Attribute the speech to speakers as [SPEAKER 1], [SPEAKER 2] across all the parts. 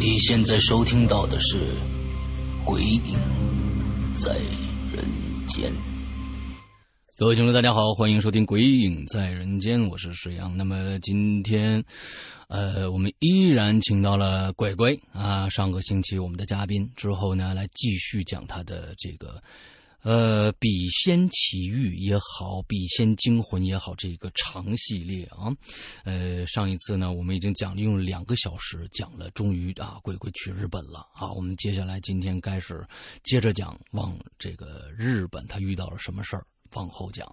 [SPEAKER 1] 你现在收听到的是《鬼影在人间》。各位听众，大家好，欢迎收听《鬼影在人间》，我是石阳。那么今天，呃，我们依然请到了鬼鬼啊，上个星期我们的嘉宾之后呢，来继续讲他的这个。呃，《笔仙奇遇》也好，《笔仙惊魂》也好，这个长系列啊，呃，上一次呢，我们已经讲了用了两个小时讲了，终于啊，鬼鬼去日本了啊。我们接下来今天开始接着讲，往这个日本他遇到了什么事儿，往后讲。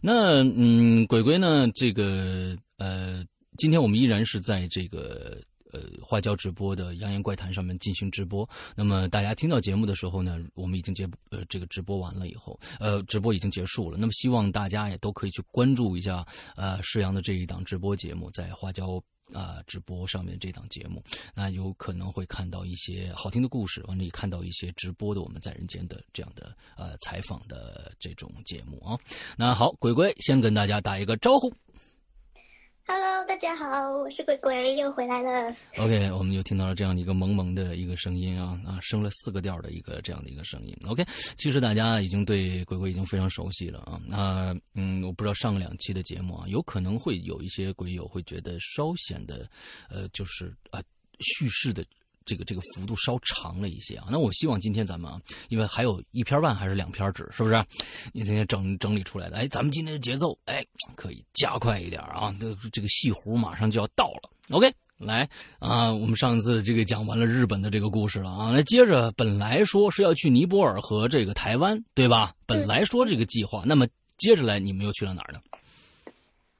[SPEAKER 1] 那嗯，鬼鬼呢，这个呃，今天我们依然是在这个。呃，花椒直播的《扬言怪谈》上面进行直播。那么大家听到节目的时候呢，我们已经节呃这个直播完了以后，呃，直播已经结束了。那么希望大家也都可以去关注一下呃施阳的这一档直播节目，在花椒。啊、直播上面这档节目，那有可能会看到一些好听的故事，完了也看到一些直播的我们在人间的这样的呃采访的这种节目啊。那好，鬼鬼先跟大家打一个招呼。
[SPEAKER 2] Hello，大家好，我是鬼鬼，又回来了。
[SPEAKER 1] OK，我们又听到了这样的一个萌萌的一个声音啊啊，升了四个调的一个这样的一个声音。OK，其实大家已经对鬼鬼已经非常熟悉了啊。那、嗯，我不知道上两期的节目啊，有可能会有一些鬼友会觉得稍显得，呃，就是啊叙事的。这个这个幅度稍长了一些啊，那我希望今天咱们啊，因为还有一篇半还是两篇纸，是不是？你今天整整理出来的，哎，咱们今天的节奏，哎，可以加快一点啊，这个这个戏弧马上就要到了。OK，来啊，我们上次这个讲完了日本的这个故事了啊，那接着本来说是要去尼泊尔和这个台湾，对吧？本来说这个计划，那么接着来你们又去了哪儿呢？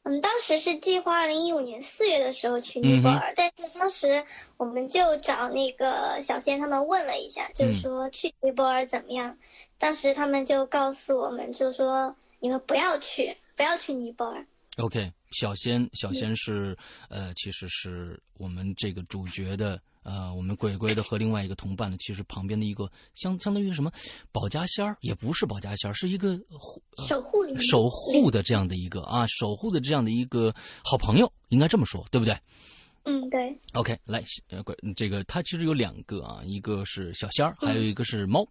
[SPEAKER 2] 我们当时是计划二零一五年四月的时候去尼泊尔，但是当时我们就找那个小仙他们问了一下，就是说去尼泊尔怎么样？当时他们就告诉我们，就说你们不要去，不要去尼泊尔。
[SPEAKER 1] OK，小仙，小仙是、呃，其实是我们这个主角的，呃，我们鬼鬼的和另外一个同伴的，其实旁边的一个相相当于是什么保家仙儿，也不是保家仙儿，是一个护呃
[SPEAKER 2] 守护灵，
[SPEAKER 1] 守护的这样的一个啊，守护的这样的一个好朋友，应该这么说，对不对
[SPEAKER 2] 嗯，对，
[SPEAKER 1] ？OK，来，呃，鬼这个它其实有两个啊，一个是小仙儿，还有一个是猫。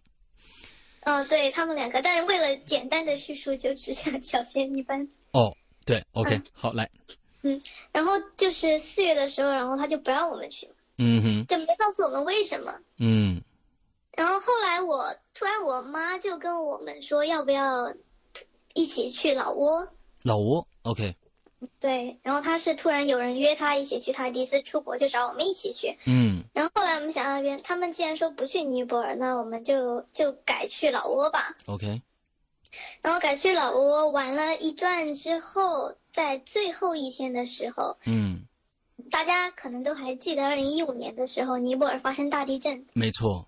[SPEAKER 2] 嗯、对他们两个，但是为了简单的叙述，就只讲小仙一般。
[SPEAKER 1] 哦，对，OK，、
[SPEAKER 2] 嗯
[SPEAKER 1] 好，来，
[SPEAKER 2] 然后就是四月的时候，然后他就不让我们去，
[SPEAKER 1] 嗯哼，
[SPEAKER 2] 就没告诉我们为什么。
[SPEAKER 1] 嗯
[SPEAKER 2] 然后后来我突然我妈就跟我们说，要不要一起去老挝？
[SPEAKER 1] 老挝，OK，
[SPEAKER 2] 对，然后她是突然有人约她一起去，她第一次出国就找我们一起去。
[SPEAKER 1] 嗯
[SPEAKER 2] 然后后来我们想那边，他们既然说不去尼泊尔，那我们就就改去老挝吧。
[SPEAKER 1] ，OK，
[SPEAKER 2] 然后改去老挝玩了一转之后，在最后一天的时候，
[SPEAKER 1] 嗯，
[SPEAKER 2] 大家可能都还记得，二零一五年的时候，尼泊尔发生大地震。
[SPEAKER 1] 没错，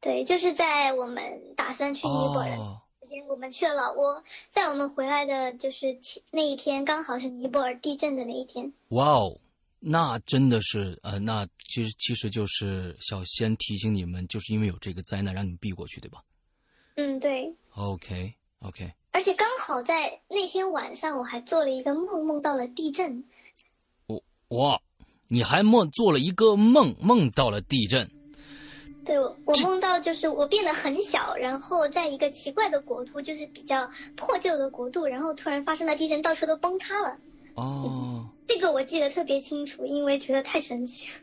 [SPEAKER 2] 对，就是在我们打算去尼泊尔的
[SPEAKER 1] 哦。
[SPEAKER 2] 时间，我们去了老挝，在我们回来的就是前那一天，刚好是尼泊尔地震的那一天。
[SPEAKER 1] 哇哦，那真的是呃，那其实其实就是小仙提醒你们，就是因为有这个灾难，让你们避过去，对吧
[SPEAKER 2] 嗯，对，
[SPEAKER 1] ？OK OK，
[SPEAKER 2] 而且刚好在那天晚上，我还做了一个梦，梦到了地震。
[SPEAKER 1] 哇，你还梦做了一个梦，梦到了地震，
[SPEAKER 2] 对我，我梦到就是我变得很小，然后在一个奇怪的国度，就是比较破旧的国度，然后突然发生了地震，到处都崩塌了。
[SPEAKER 1] 哦
[SPEAKER 2] 这个我记得特别清楚，因为觉得太神奇了。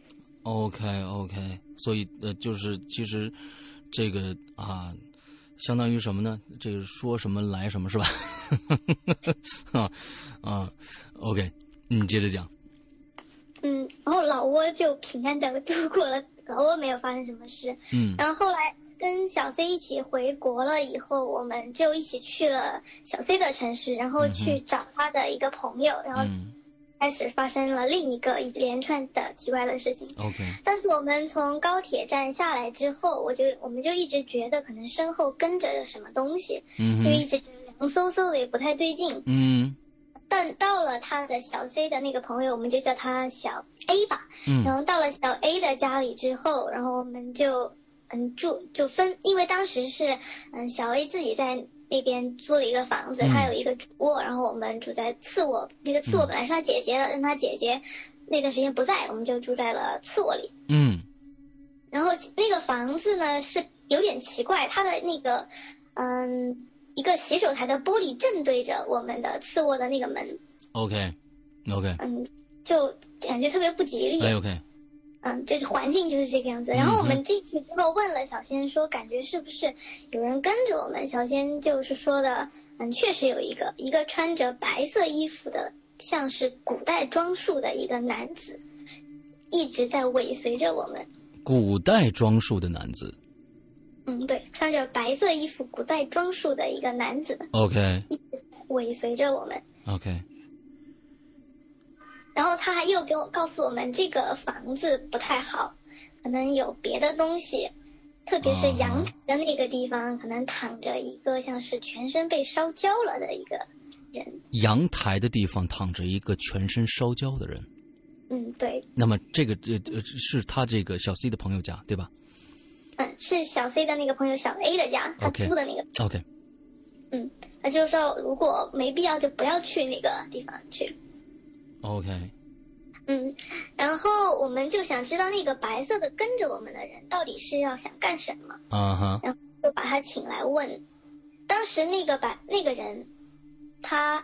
[SPEAKER 1] ，OK OK，所以呃，就是其实这个啊。相当于什么呢？这个说什么来什么是吧？啊啊，OK，你接着讲。
[SPEAKER 2] 嗯，然后老挝就平安的度过了，老挝没有发生什么事。
[SPEAKER 1] 嗯，
[SPEAKER 2] 然后后来跟小 C 一起回国了以后，我们就一起去了小 C 的城市，然后去找他的一个朋友，然后
[SPEAKER 1] 嗯
[SPEAKER 2] 开始发生了另一个一连串的奇怪的事情。
[SPEAKER 1] ，OK，
[SPEAKER 2] 但是我们从高铁站下来之后，我就我们就一直觉得可能身后跟着什么东西，
[SPEAKER 1] 嗯
[SPEAKER 2] 就一
[SPEAKER 1] 哼，
[SPEAKER 2] 直觉得凉飕飕的，也不太对劲。
[SPEAKER 1] 嗯
[SPEAKER 2] 但到了他的小 Z 的那个朋友，我们就叫他小 A 吧。然
[SPEAKER 1] 嗯
[SPEAKER 2] 后到了小 A 的家里之后，然后我们就嗯住就分，因为当时是嗯小 A 自己在那边租了一个房子，
[SPEAKER 1] 嗯
[SPEAKER 2] 他有一个主卧，然后我们住在次卧。那个次卧本来是他姐姐的，但他姐姐那段时间不在，我们就住在了次卧里。
[SPEAKER 1] 嗯
[SPEAKER 2] 然后那个房子呢是有点奇怪，它的那个嗯一个洗手台的玻璃正对着我们的次卧的那个门，
[SPEAKER 1] ，OK，OK，
[SPEAKER 2] 嗯，就感觉特别不吉利。
[SPEAKER 1] 哎 OK，
[SPEAKER 2] 嗯，就是环境就是这个样子。然后我们进去之后问了小仙说，感觉是不是有人跟着我们？小仙就是说的，嗯，确实有一个一个穿着白色衣服的，像是古代装束的一个男子，一直在尾随着我们。
[SPEAKER 1] 古代装束的男子
[SPEAKER 2] 嗯，对，穿着白色衣服、古代装束的一个男子
[SPEAKER 1] ，OK，OK，
[SPEAKER 2] 尾随着我们。然后他还又给我告诉我们，这个房子不太好，可能有别的东西，特别是阳台的那个地方，可能躺着一个像是全身被烧焦了的一个人。
[SPEAKER 1] 阳台的地方躺着一个全身烧焦的人。
[SPEAKER 2] 嗯，对，
[SPEAKER 1] 那么这个呃呃是他这个小 C 的朋友家对吧
[SPEAKER 2] 嗯，是小 C 的那个朋友小 A 的家，他
[SPEAKER 1] OK
[SPEAKER 2] 租的那个。
[SPEAKER 1] ？OK，
[SPEAKER 2] 他就说，如果没必要就不要去那个地方去。
[SPEAKER 1] OK，
[SPEAKER 2] 嗯，然后我们就想知道那个白色的跟着我们的人到底是要想干什么。
[SPEAKER 1] 啊哈，
[SPEAKER 2] 然后就把他请来问。当时那个把那个人，他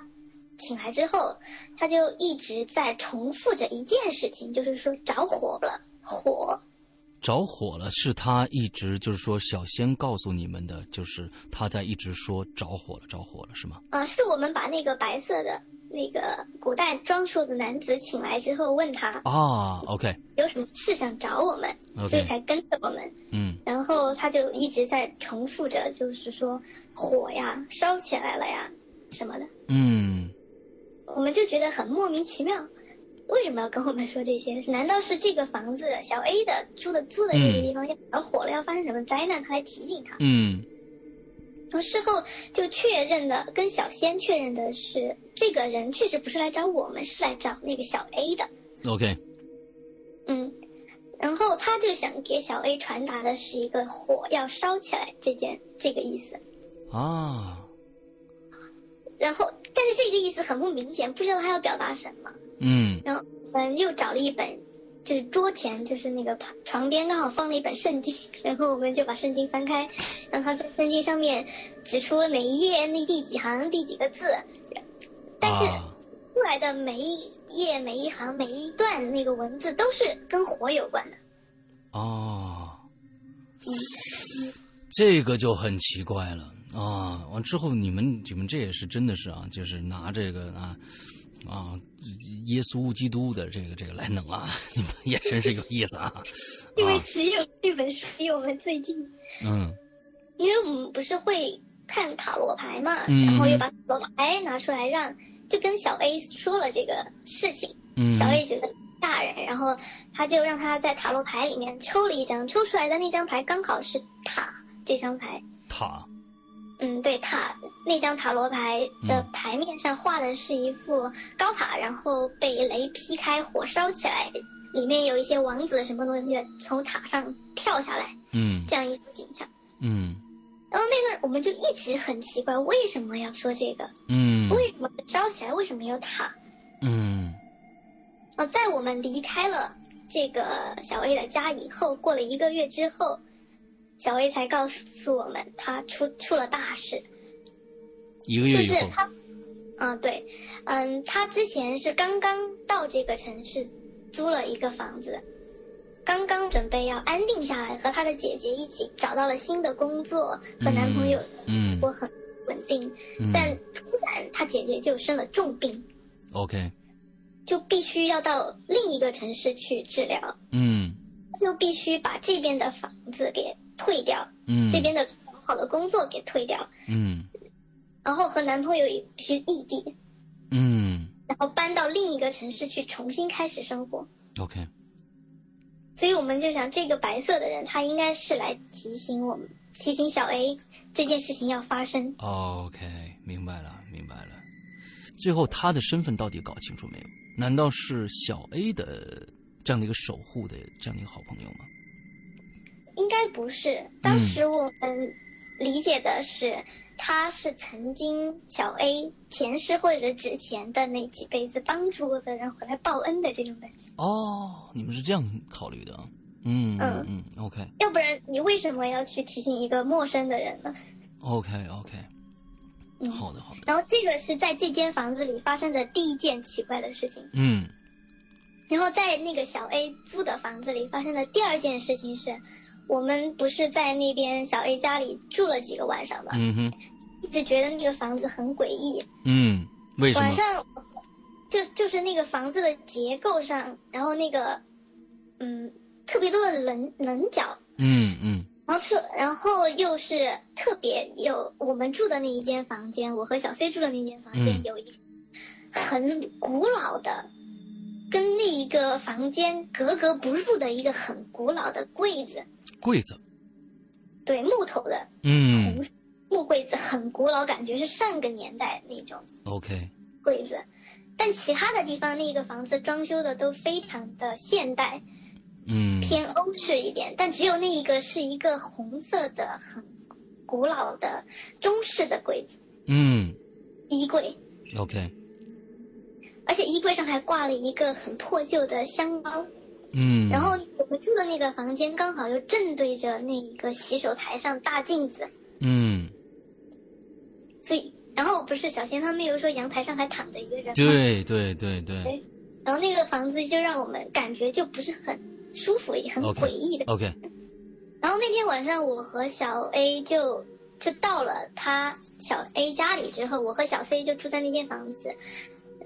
[SPEAKER 2] 请来之后，他就一直在重复着一件事情，就是说着火了，火。
[SPEAKER 1] 着火了是他一直就是说小仙告诉你们的，就是他在一直说着火了，着火了是吗？
[SPEAKER 2] 啊、是我们把那个白色的那个古代装束的男子请来之后，问他
[SPEAKER 1] 啊，OK，
[SPEAKER 2] 有什么事想找我们
[SPEAKER 1] OK
[SPEAKER 2] 所以才跟着我们。
[SPEAKER 1] 嗯
[SPEAKER 2] 然后他就一直在重复着，就是说火呀，烧起来了呀，什么的。
[SPEAKER 1] 嗯
[SPEAKER 2] 我们就觉得很莫名其妙，为什么要跟我们说这些？ 难道是这个房子小 A 的住的租的这个地方要火了，要发生什么灾难，他来提醒他？
[SPEAKER 1] 嗯
[SPEAKER 2] 然后事后就确认的，跟小仙确认的是，这个人确实不是来找我们，是来找那个小 A 的。
[SPEAKER 1] ，OK，
[SPEAKER 2] 嗯，然后他就想给小 A 传达的是一个火要烧起来这件这个意思。
[SPEAKER 1] 啊，
[SPEAKER 2] 然后，但是这个意思很不明显，不知道他要表达什么。
[SPEAKER 1] 嗯
[SPEAKER 2] 然后我们又找了一本，就是桌前，就是那个旁床边刚好放了一本圣经，然后我们就把圣经翻开，让他在圣经上面指出哪一页、那第几行、第几个字，但是
[SPEAKER 1] 啊
[SPEAKER 2] 出来的每一页、每一行、每一段那个文字都是跟火有关的。
[SPEAKER 1] 啊，这个就很奇怪了啊！完之后，你们你们这也是真的是啊，就是拿这个啊啊耶稣基督的这个这个来弄啊， 你们也真是有意思啊！
[SPEAKER 2] 因为
[SPEAKER 1] 啊，
[SPEAKER 2] 只有这本书离我们最近，
[SPEAKER 1] 嗯
[SPEAKER 2] 因为我们不是会看塔罗牌嘛，
[SPEAKER 1] 嗯
[SPEAKER 2] 然后又把塔罗牌拿出来让，就跟小 A 说了这个事情。
[SPEAKER 1] 嗯，
[SPEAKER 2] 小 A 觉得大人，然后他就让他在塔罗牌里面抽了一张，抽出来的那张牌刚好是塔这张牌。
[SPEAKER 1] 塔，
[SPEAKER 2] 嗯，对，塔那张塔罗牌的牌面上画的是一副高塔，然后被雷劈开，火烧起来，里面有一些王子什么东西的从塔上跳下来，
[SPEAKER 1] 嗯
[SPEAKER 2] 这样一幅景象。
[SPEAKER 1] 嗯
[SPEAKER 2] 然后那段我们就一直很奇怪，为什么要说这个？
[SPEAKER 1] 嗯
[SPEAKER 2] 为什么烧起来？为什么有塔？
[SPEAKER 1] 嗯
[SPEAKER 2] 呃，在我们离开了这个小 A 的家以后，过了一个月之后，小 A 才告诉我们他出出了大事，
[SPEAKER 1] 一个
[SPEAKER 2] 就
[SPEAKER 1] 月以
[SPEAKER 2] 是
[SPEAKER 1] 后，
[SPEAKER 2] 他，嗯、对，嗯，他之前是刚刚到这个城市租了一个房子，刚刚准备要安定下来，和他的姐姐一起找到了新的工作和男朋友，
[SPEAKER 1] 嗯
[SPEAKER 2] 我很稳定，
[SPEAKER 1] 嗯
[SPEAKER 2] 但突然他姐姐就生了重病，
[SPEAKER 1] ，OK，
[SPEAKER 2] 就必须要到另一个城市去治疗，
[SPEAKER 1] 嗯
[SPEAKER 2] 就必须把这边的房子给退掉，
[SPEAKER 1] 嗯，
[SPEAKER 2] 这边的找好的工作给退掉，
[SPEAKER 1] 嗯
[SPEAKER 2] 然后和男朋友也是异地，
[SPEAKER 1] 嗯
[SPEAKER 2] 然后搬到另一个城市去重新开始生活。
[SPEAKER 1] ，OK，
[SPEAKER 2] 所以我们就想，这个白色的人他应该是来提醒我们，提醒小 A 这件事情要发生。
[SPEAKER 1] OK，明白了，明白了。最后他的身份到底搞清楚没有？难道是小 A 的这样的一个守护的这样的一个好朋友吗？
[SPEAKER 2] 应该不是，当时我们理解的是，他是曾经小 A 前世或者之前的那几辈子帮助过的人回来报恩的这种感觉。
[SPEAKER 1] 哦，你们是这样考虑的啊？嗯嗯嗯，OK
[SPEAKER 2] 要不然你为什么要去提醒一个陌生的人呢？
[SPEAKER 1] OK OK，
[SPEAKER 2] 嗯
[SPEAKER 1] 好的好的，
[SPEAKER 2] 然后这个是在这间房子里发生的第一件奇怪的事情。
[SPEAKER 1] 嗯
[SPEAKER 2] 然后在那个小 A 租的房子里发生的第二件事情是，我们不是在那边小 A 家里住了几个晚上嘛，
[SPEAKER 1] 嗯哼
[SPEAKER 2] 一直觉得那个房子很诡异。
[SPEAKER 1] 嗯，为什
[SPEAKER 2] 晚
[SPEAKER 1] 么？
[SPEAKER 2] 上，就就是那个房子的结构上，然后那个，嗯，特别多的棱棱角，
[SPEAKER 1] 嗯嗯
[SPEAKER 2] 然后特然后又是特别有我们住的那一间房间，我和小 C 住的那间房
[SPEAKER 1] 嗯
[SPEAKER 2] 间有一个很古老的，跟那一个房间格格不入的一个很古老的柜子，
[SPEAKER 1] 柜子，
[SPEAKER 2] 对，木头的
[SPEAKER 1] 嗯
[SPEAKER 2] 木柜子，很古老，感觉是上个年代那种。
[SPEAKER 1] ，OK，
[SPEAKER 2] 柜子，但其他的地方那个房子装修的都非常的现代，
[SPEAKER 1] 嗯
[SPEAKER 2] 偏欧式一点，但只有那一个是一个红色的很古老的中式的柜子
[SPEAKER 1] 嗯
[SPEAKER 2] 衣柜，
[SPEAKER 1] ，OK，
[SPEAKER 2] 而且衣柜上还挂了一个很破旧的香包。
[SPEAKER 1] 嗯，
[SPEAKER 2] 然后我们住的那个房间刚好又正对着那一个洗手台上大镜子，
[SPEAKER 1] 嗯，
[SPEAKER 2] 所以然后不是小贤他们又说阳台上还躺着一个人吗？
[SPEAKER 1] 对对对对
[SPEAKER 2] 然后那个房子就让我们感觉就不是很舒服，也很
[SPEAKER 1] OK
[SPEAKER 2] 诡异的
[SPEAKER 1] ，OK，
[SPEAKER 2] 然后那天晚上，我和小 A 就就到了他小 A 家里之后，我和小 C 就住在那间房子，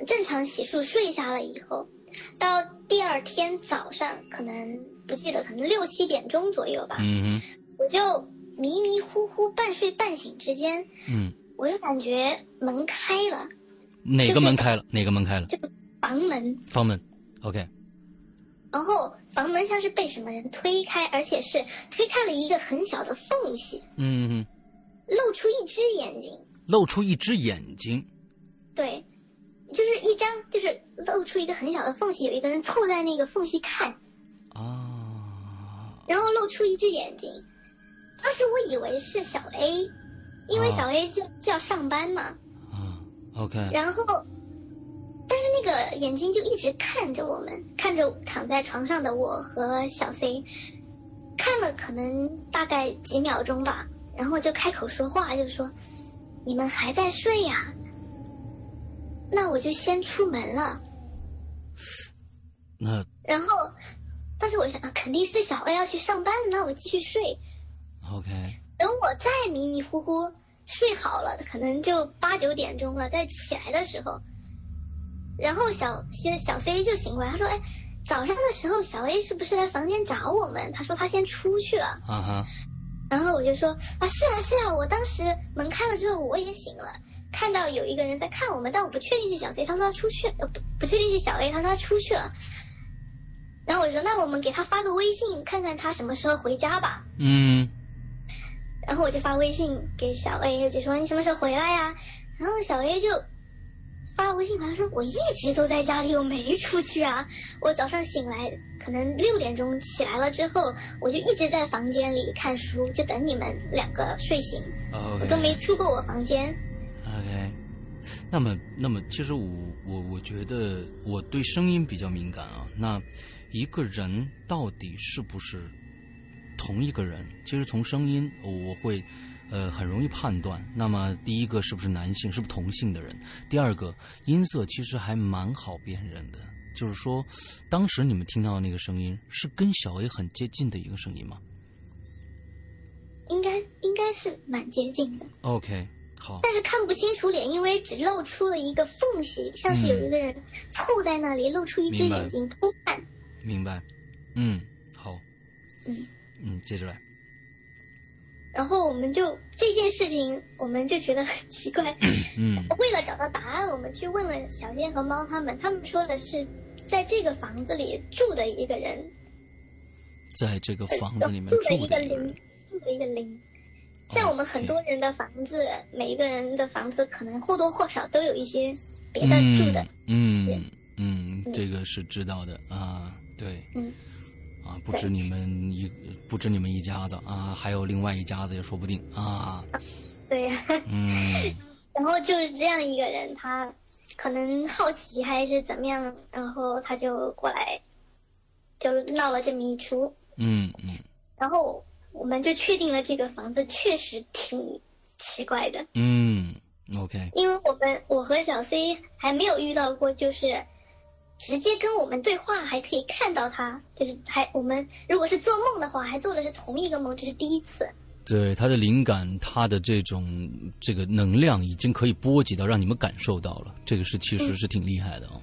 [SPEAKER 2] 正常洗漱睡下了以后，到第二天早上，可能不记得，可能六七点钟左右吧，
[SPEAKER 1] 嗯哼
[SPEAKER 2] 我就迷迷糊糊、半睡半醒之间，
[SPEAKER 1] 嗯，
[SPEAKER 2] 我就感觉门开了，
[SPEAKER 1] 哪个门开了？哪个门开了？
[SPEAKER 2] 这个房门，
[SPEAKER 1] 房门，OK，
[SPEAKER 2] 然后房门像是被什么人推开，而且是推开了一个很小的缝隙，
[SPEAKER 1] 嗯哼，
[SPEAKER 2] 露出一只眼睛。
[SPEAKER 1] 露出一只眼睛，
[SPEAKER 2] 对，就是一张，就是露出一个很小的缝隙，有一个人凑在那个缝隙看，
[SPEAKER 1] 啊，
[SPEAKER 2] 然后露出一只眼睛。当时我以为是小 A，因为
[SPEAKER 1] 哦
[SPEAKER 2] 小 A 就就要上班嘛，
[SPEAKER 1] 啊，OK，
[SPEAKER 2] 然后，但是那个眼睛就一直看着我们，看着躺在床上的我和小 C，看了可能大概几秒钟吧，然后就开口说话，就说：“你们还在睡呀、那我就先出门了。”
[SPEAKER 1] 那
[SPEAKER 2] 然后，当时我想，啊肯定是小 A 要去上班，那我继续睡。
[SPEAKER 1] OK，
[SPEAKER 2] 等我再迷迷糊糊睡好了，可能就八九点钟了，再起来的时候，然后小小小 C 就醒过来，他说：“哎，早上的时候小 A 是不是来房间找我们？”他说他先出去了。
[SPEAKER 1] 啊哈，
[SPEAKER 2] 然后我就说：“啊，是啊是啊，我当时门开了之后我也醒了。”看到有一个人在看我们，但我不确定是小 C，他说他出去，呃，不不确定是小 A，他说他出去了。然后我就说，那我们给他发个微信，看看他什么时候回家吧。
[SPEAKER 1] 嗯
[SPEAKER 2] 然后我就发微信给小 A，就说你什么时候回来呀、然后小 A 就发了微信，好像说我一直都在家里，我没出去啊。我早上醒来，可能六点钟起来了之后，我就一直在房间里看书，就等你们两个睡醒，我都没
[SPEAKER 1] ，OK，OK，
[SPEAKER 2] 出过我房间。
[SPEAKER 1] 那么那么，其实我我我觉得我对声音比较敏感啊。那一个人到底是不是同一个人？其实从声音我我会。呃，很容易判断。那么，第一个是不是男性，是不是同性的人？第二个，音色其实还蛮好辨认的。就是说，当时你们听到的那个声音是跟小 A 很接近的一个声音吗？
[SPEAKER 2] 应该应该是蛮接近的，
[SPEAKER 1] OK，好，
[SPEAKER 2] 但是看不清楚脸，因为只露出了一个缝隙，像是有一个人凑在那里，露出一只眼睛偷看。
[SPEAKER 1] 明白，嗯，好，
[SPEAKER 2] 嗯
[SPEAKER 1] 嗯，接着来。
[SPEAKER 2] 然后我们就这件事情，我们就觉得很奇怪。
[SPEAKER 1] 嗯，
[SPEAKER 2] 为了找到答案，我们去问了小仙和猫他们，他们说的是在这个房子里住的一个人，
[SPEAKER 1] 在这个房子里面
[SPEAKER 2] 住
[SPEAKER 1] 住
[SPEAKER 2] 的
[SPEAKER 1] 的
[SPEAKER 2] 一
[SPEAKER 1] 一
[SPEAKER 2] 个
[SPEAKER 1] 个
[SPEAKER 2] 灵
[SPEAKER 1] 人，，哦
[SPEAKER 2] 住的一个灵。像我们很多人的房子，每一个人的房子可能或多或少都有一些别的住的。
[SPEAKER 1] 嗯
[SPEAKER 2] 对
[SPEAKER 1] 嗯嗯，这个是知道的啊，对，
[SPEAKER 2] 嗯
[SPEAKER 1] 啊，不止你们一，不止你们一家子啊，还有另外一家子也说不定啊，
[SPEAKER 2] 对呀、
[SPEAKER 1] 嗯
[SPEAKER 2] 然后就是这样一个人，他可能好奇还是怎么样，然后他就过来，就闹了这么一出。
[SPEAKER 1] 嗯嗯
[SPEAKER 2] 然后我们就确定了这个房子确实挺奇怪的，
[SPEAKER 1] 嗯，OK，
[SPEAKER 2] 因为我们我和小 C 还没有遇到过，就是直接跟我们对话还可以看到他，就是还我们如果是做梦的话，还做的是同一个梦，这是第一次。
[SPEAKER 1] 对他的灵感，他的这种这个能量已经可以波及到，让你们感受到了，这个是其实是挺厉害的啊、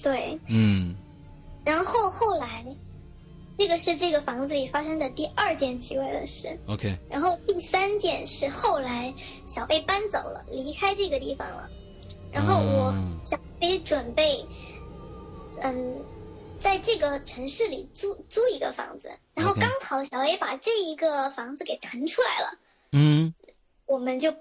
[SPEAKER 2] 对，
[SPEAKER 1] 嗯
[SPEAKER 2] 然后后来，这个是这个房子里发生的第二件奇怪的事。
[SPEAKER 1] ，OK，
[SPEAKER 2] 然后第三件是后来小 A 搬走了，离开这个地方了。然后我
[SPEAKER 1] 嗯
[SPEAKER 2] 小 A 准备，嗯，在这个城市里租租一个房子。然后
[SPEAKER 1] OK
[SPEAKER 2] 刚好小 A 把这一个房子给腾出来了，
[SPEAKER 1] 嗯，
[SPEAKER 2] 我们就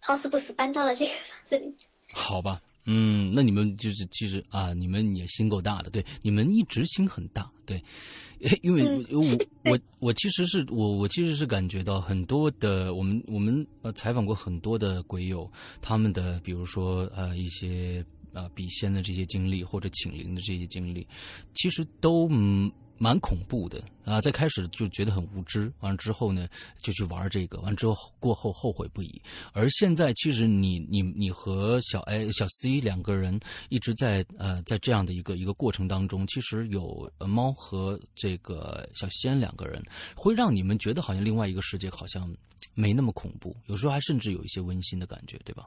[SPEAKER 2] 好死不死搬到了这个房子里。
[SPEAKER 1] 好吧，嗯，那你们就是其实啊，你们也心够大的，对，你们一直心很大，对， 诶因为我、我我我其实是我我其实是感觉到很多的，我们我们呃采访过很多的鬼友，他们的比如说呃一些呃笔仙的这些经历或者请灵的这些经历，其实都嗯蛮恐怖的啊，在开始就觉得很无知，完了之后呢就去玩这个，完了之后过后后悔不已。而现在其实你你你和小 A 小 C 两个人一直在呃在这样的一个一个过程当中，其实有呃猫和这个小仙两个人，会让你们觉得好像另外一个世界好像没那么恐怖，有时候还甚至有一些温馨的感觉，对吧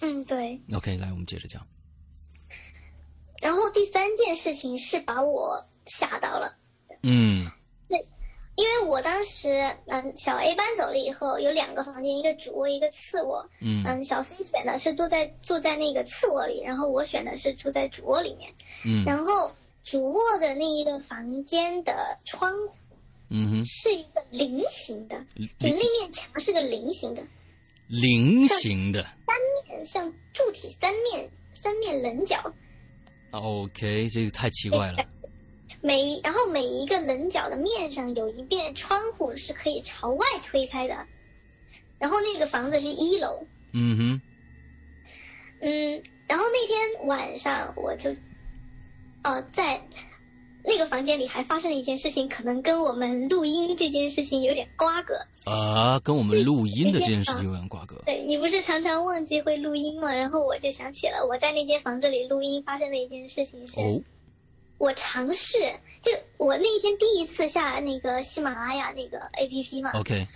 [SPEAKER 2] 嗯，对。
[SPEAKER 1] ？OK，来我们接着讲，
[SPEAKER 2] 然后第三件事情是把我吓到了。
[SPEAKER 1] 嗯
[SPEAKER 2] 因为我当时，嗯，小 A 搬走了以后，有两个房间，一个主卧，一个次卧。
[SPEAKER 1] 嗯
[SPEAKER 2] 嗯，小 C 选的是住在住在那个次卧里，然后我选的是住在主卧里面。
[SPEAKER 1] 嗯
[SPEAKER 2] 然后主卧的那一个房间的窗户
[SPEAKER 1] 嗯哼，
[SPEAKER 2] 是一个菱形
[SPEAKER 1] 嗯
[SPEAKER 2] 的，就
[SPEAKER 1] 菱
[SPEAKER 2] 那面墙是个菱形的，
[SPEAKER 1] 菱形的
[SPEAKER 2] 面像柱体三面三面棱角，
[SPEAKER 1] ，OK，这个太奇怪了，
[SPEAKER 2] 每一然后每一个棱角的面上有一面窗户是可以朝外推开的，然后那个房子是一楼。
[SPEAKER 1] 嗯哼，
[SPEAKER 2] 嗯，然后那天晚上我就，呃，在那个房间里还发生了一件事情，可能跟我们录音这件事情有点瓜葛。
[SPEAKER 1] 啊，跟我们录音的这件事情有点瓜葛，
[SPEAKER 2] 对你不是常常忘记会录音吗？然后我就想起了我在那间房子里录音发生的一件事情是，
[SPEAKER 1] 哦，
[SPEAKER 2] 我尝试就我那天第一次下那个喜马拉雅那个 APP 嘛，
[SPEAKER 1] OK，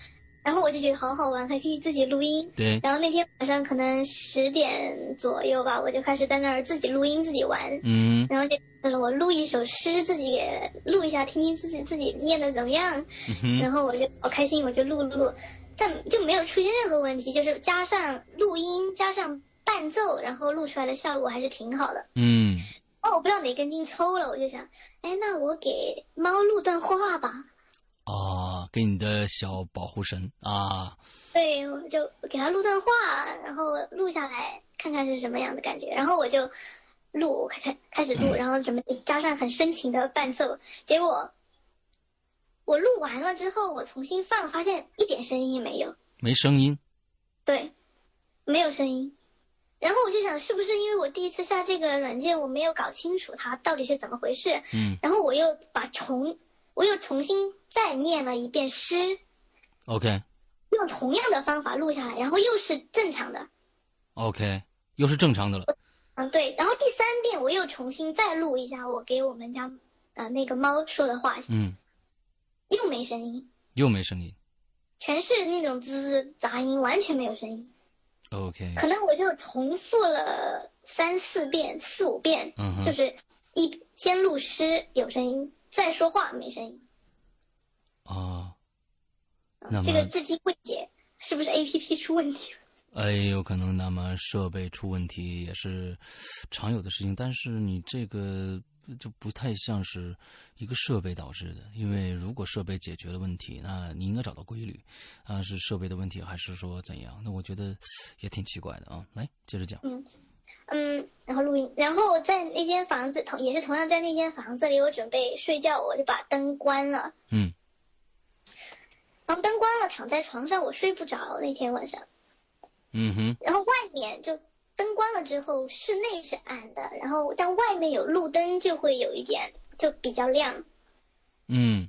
[SPEAKER 2] 然后我就觉得好好玩，还可以自己录音。
[SPEAKER 1] 对，
[SPEAKER 2] 然后那天晚上可能十点左右吧，我就开始在那儿自己录音自己玩。
[SPEAKER 1] 嗯
[SPEAKER 2] 然后就嗯我录一首诗，自己给录一下，听听自己自己念的怎么样。
[SPEAKER 1] 嗯哼，
[SPEAKER 2] 然后我就好开心，我就录录录，但就没有出现任何问题，就是加上录音加上伴奏，然后录出来的效果还是挺好的。
[SPEAKER 1] 嗯。
[SPEAKER 2] 哦，我不知道哪根筋抽了，我就想，哎，那我给猫录段话吧。
[SPEAKER 1] 啊，给你的小保护神啊，
[SPEAKER 2] 对，我就给它录段话，然后录下来看看是什么样的感觉。然后我就录，开始开始录，然后准备加上很深情的伴奏。结果我录完了之后，我重新放，发现一点声音也没有，
[SPEAKER 1] 没声音。
[SPEAKER 2] 对，没有声音。然后我就想，是不是因为我第一次下这个软件，我没有搞清楚它到底是怎么回事？
[SPEAKER 1] 嗯
[SPEAKER 2] 然后我又把重，我又重新再念了一遍诗，
[SPEAKER 1] ，OK
[SPEAKER 2] 用同样的方法录下来，然后又是正常的。
[SPEAKER 1] OK，又是正常的了。
[SPEAKER 2] 嗯，对。然后第三遍我又重新再录一下我给我们家呃那个猫说的话，
[SPEAKER 1] 嗯，
[SPEAKER 2] 又没声音，
[SPEAKER 1] 又没声音。
[SPEAKER 2] 全是那种滋滋杂音，完全没有声音。
[SPEAKER 1] OK，
[SPEAKER 2] 可能我就重复了三四遍、四五遍，
[SPEAKER 1] 嗯哼
[SPEAKER 2] 就是一先录诗有声音，再说话没声音。
[SPEAKER 1] 啊，
[SPEAKER 2] 嗯
[SPEAKER 1] 那么
[SPEAKER 2] 这个至今未解，是不是 A P P 出问题了？
[SPEAKER 1] 哎，有可能那么设备出问题也是常有的事情，但是你这个就不太像是一个设备导致的，因为如果设备解决了问题，那你应该找到规律，啊，是设备的问题还是说怎样？那我觉得也挺奇怪的啊。来，接着讲。
[SPEAKER 2] 嗯，然后录音，然后在那间房子同也是同样在那间房子里，我准备睡觉，我就把灯关了。
[SPEAKER 1] 嗯
[SPEAKER 2] 然后灯关了，躺在床上，我睡不着那天晚上。
[SPEAKER 1] 嗯哼
[SPEAKER 2] 然后外面就灯关了之后，室内是暗的，然后但外面有路灯，就会有一点就比较亮。
[SPEAKER 1] 嗯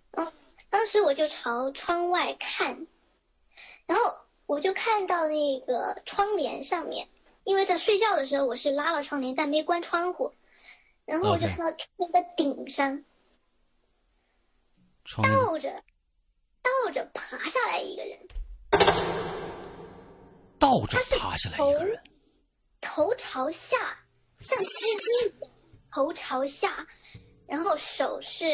[SPEAKER 2] 当时我就朝窗外看，然后我就看到那个窗帘上面，因为在睡觉的时候我是拉了窗帘，但没关窗户，然后我就
[SPEAKER 1] OK
[SPEAKER 2] 看到窗帘的顶上
[SPEAKER 1] 窗帘
[SPEAKER 2] 倒着倒着爬下来一个人，
[SPEAKER 1] 倒着爬下来一个人，
[SPEAKER 2] 头朝下，像蜘蛛一样，头朝下，然后手是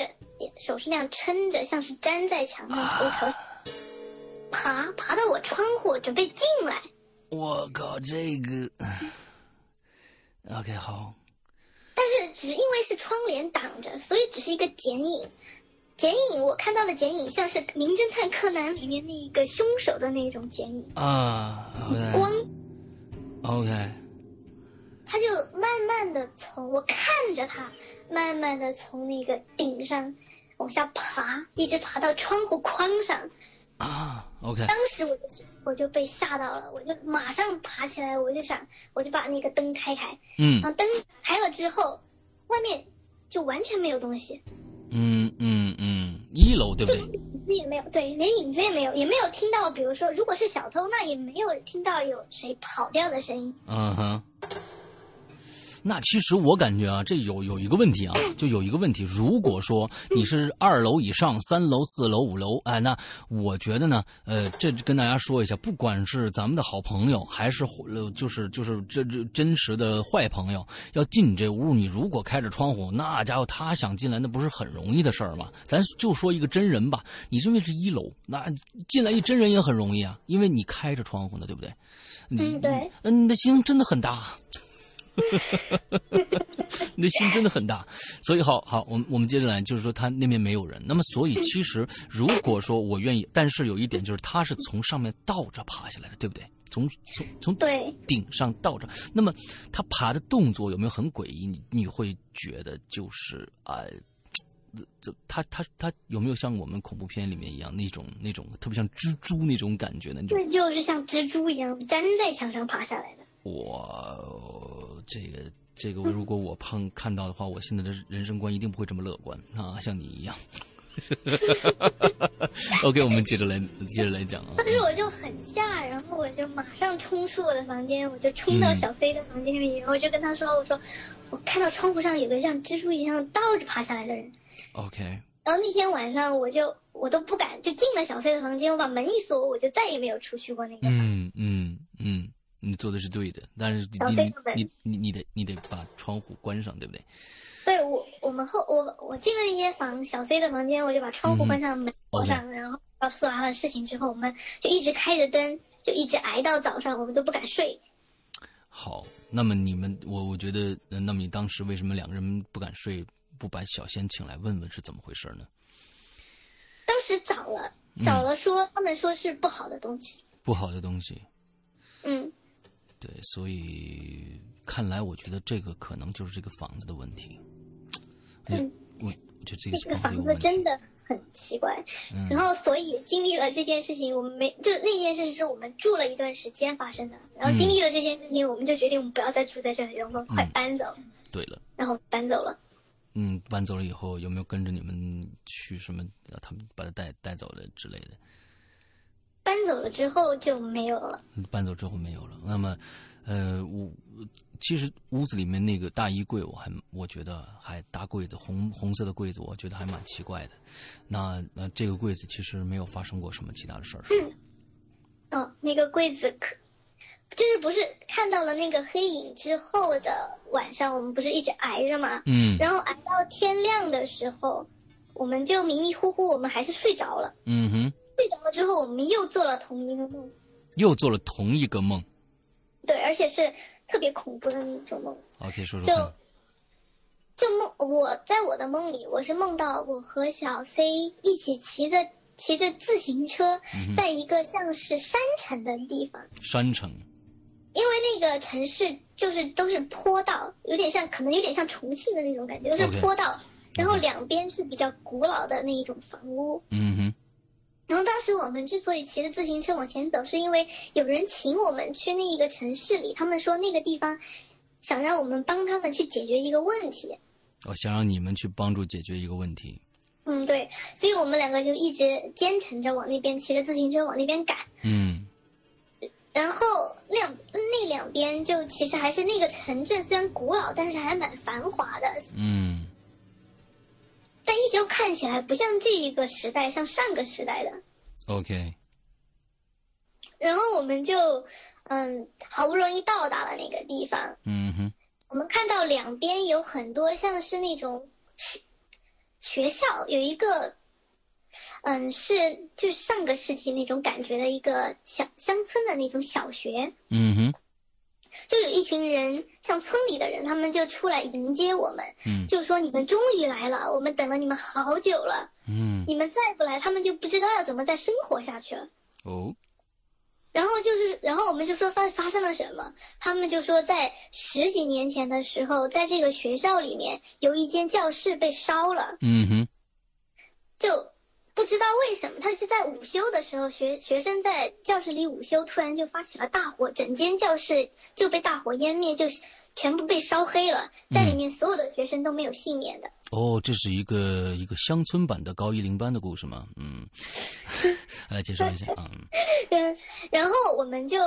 [SPEAKER 2] 手是那样撑着，像是粘在墙上，头朝下爬爬到我窗户准备进来，
[SPEAKER 1] 我靠，这个 OK 好，
[SPEAKER 2] 但是只因为是窗帘挡着，所以只是一个剪影。剪影，我看到的剪影像是《名侦探柯南》里面那一个凶手的那种剪影，
[SPEAKER 1] 啊
[SPEAKER 2] 光，
[SPEAKER 1] OK，
[SPEAKER 2] 它就慢慢的从我看着它，慢慢的从那个顶上往下爬，一直爬到窗户框上。
[SPEAKER 1] 啊 OK，
[SPEAKER 2] 当时我就我就被吓到了，我就马上爬起来，我就想我就把那个灯开开，
[SPEAKER 1] 嗯
[SPEAKER 2] 然后灯开了之后，外面就完全没有东西，
[SPEAKER 1] 嗯嗯嗯，一楼对不对？
[SPEAKER 2] 影子也没有，对，连影子也没有，也没有听到，比如说如果是小偷，那也没有听到有谁跑掉的声音。
[SPEAKER 1] 嗯哼。那其实我感觉啊，这有有一个问题啊，就有一个问题。如果说你是二楼以上、三楼、四楼、五楼，哎，那我觉得呢，呃，这跟大家说一下，不管是咱们的好朋友，还是呃就是就是这这真实的坏朋友，要进你这屋，你如果开着窗户，那家伙他想进来，那不是很容易的事儿吗？咱就说一个真人吧，你认为是一楼，那进来一真人也很容易啊，因为你开着窗户呢，对不对？你
[SPEAKER 2] 嗯对，
[SPEAKER 1] 嗯，你的心真的很大，啊你的心真的很大，所以好好，我们我们接着来，就是说他那边没有人，那么所以其实如果说我愿意，但是有一点就是他是从上面倒着爬下来的，对不对？从从从
[SPEAKER 2] 对，
[SPEAKER 1] 顶上倒着，那么他爬的动作有没有很诡异？你你会觉得就是啊，呃这、他他他有没有像我们恐怖片里面一样那种那种特别像蜘蛛那种感觉呢？那种
[SPEAKER 2] 这就是像蜘蛛一样粘在墙上爬下来的。
[SPEAKER 1] 我呃这个这个，如果我碰看到的话，我现在的人生观一定不会这么乐观啊，像你一样。OK，我们接着来接着来讲啊。
[SPEAKER 2] 当时我就很吓，然后我就马上冲出我的房间，我就冲到小飞的房间里，然后就跟他说：“我说我看到窗户上有个像蜘蛛一样倒着爬下来的人。”
[SPEAKER 1] OK，
[SPEAKER 2] 然后那天晚上我就我都不敢，就进了小飞的房间，我把门一锁，我就再也没有出去过那个。
[SPEAKER 1] 嗯嗯嗯，你做的是对的，但是
[SPEAKER 2] 小
[SPEAKER 1] 你
[SPEAKER 2] 飞成本
[SPEAKER 1] 你你你得你得把窗户关上，对不对？
[SPEAKER 2] 对我，我们后我我进了那间房小 C 的房间，我就把窗户关上，门关上，然后告诉他的事情之后，我们就一直开着灯，就一直挨到早上，我们都不敢睡。
[SPEAKER 1] 好，那么你们，我我觉得，呃那么你当时为什么两个人不敢睡，不把小仙请来问问是怎么回事呢？
[SPEAKER 2] 当时找了找了说，他们说是不好的东西，
[SPEAKER 1] 不好的东西，
[SPEAKER 2] 嗯，
[SPEAKER 1] 对，所以看来我觉得这个可能就是这个房子的问题。哎
[SPEAKER 2] 嗯
[SPEAKER 1] 我我觉得这
[SPEAKER 2] 这
[SPEAKER 1] 个
[SPEAKER 2] 个
[SPEAKER 1] 房子有
[SPEAKER 2] 房子
[SPEAKER 1] 问
[SPEAKER 2] 真
[SPEAKER 1] 题。
[SPEAKER 2] 的很奇怪。
[SPEAKER 1] 嗯
[SPEAKER 2] 然后，所以经历了这件事情，我们没就那件事是我们住了一段时间发生的。然后
[SPEAKER 1] 嗯
[SPEAKER 2] 经历了这件事情，我们就决定我们不要再住在这里了，我们快搬走。
[SPEAKER 1] 对了，
[SPEAKER 2] 然后搬走了，
[SPEAKER 1] 嗯，搬走了以后有没有跟着你们去什么？让他们把他带带走了之类的？
[SPEAKER 2] 搬走了之后就没有了。
[SPEAKER 1] 搬走之后没有了。那么，呃，我其实屋子里面那个大衣柜，我还我觉得还大柜子，红红色的柜子，我觉得还蛮奇怪的。那那这个柜子其实没有发生过什么其他的事儿，是吧
[SPEAKER 2] 哦，那个柜子可，就是不是看到了那个黑影之后的晚上，我们不是一直挨着吗？
[SPEAKER 1] 嗯
[SPEAKER 2] 然后挨到天亮的时候，我们就迷迷糊糊，我们还是睡着了。
[SPEAKER 1] 嗯哼，
[SPEAKER 2] 睡着了之后，我们又做了同一个梦，
[SPEAKER 1] 又做了同一个梦。
[SPEAKER 2] 对，而且是特别恐怖的那种梦。
[SPEAKER 1] OK，说说
[SPEAKER 2] 就
[SPEAKER 1] 看。
[SPEAKER 2] 就梦，我在我的梦里，我是梦到我和小 C 一起骑着骑着自行车，在一个像是山城的地方，
[SPEAKER 1] 山城，
[SPEAKER 2] 因为那个城市就是都是坡道，有点像，可能有点像重庆的那种感觉，都
[SPEAKER 1] OK
[SPEAKER 2] 是坡道。然后两边是比较古老的那一种房屋。
[SPEAKER 1] 嗯哼，
[SPEAKER 2] 然后当时我们之所以骑着自行车往前走，是因为有人请我们去那一个城市里，他们说那个地方想让我们帮他们去解决一个问题。
[SPEAKER 1] 我想让你们去帮助解决一个问题。
[SPEAKER 2] 嗯，对，所以我们两个就一直兼程着往那边骑着自行车往那边赶，
[SPEAKER 1] 嗯
[SPEAKER 2] 然后两那两边就其实还是那个城镇，虽然古老，但是还蛮繁华的，
[SPEAKER 1] 嗯
[SPEAKER 2] 但依旧看起来不像这一个时代，像上个时代的。
[SPEAKER 1] ，OK，
[SPEAKER 2] 然后我们就，嗯，好不容易到达了那个地方，
[SPEAKER 1] 嗯哼，
[SPEAKER 2] 我们看到两边有很多像是那种学校，有一个，嗯，是就是上个世纪那种感觉的一个小乡村的那种小学，
[SPEAKER 1] 嗯哼，
[SPEAKER 2] 就有一群人，像村里的人，他们就出来迎接我们，
[SPEAKER 1] 嗯
[SPEAKER 2] 就说你们终于来了，我们等了你们好久了，
[SPEAKER 1] 嗯，
[SPEAKER 2] 你们再不来，他们就不知道要怎么再生活下去了。
[SPEAKER 1] 哦，
[SPEAKER 2] 然后就是，然后我们就说发发生了什么，他们就说在十几年前的时候，在这个学校里面有一间教室被烧了，
[SPEAKER 1] 嗯哼，
[SPEAKER 2] 就不知道为什么，他是在午休的时候，学学生在教室里午休，突然就发起了大火，整间教室就被大火湮灭，就是全部被烧黑了，在里面所有的学生都没有幸免的。
[SPEAKER 1] 哦，这是一个一个乡村版的高一零班的故事吗？嗯， 来介绍一下啊，
[SPEAKER 2] 嗯，然后我们就，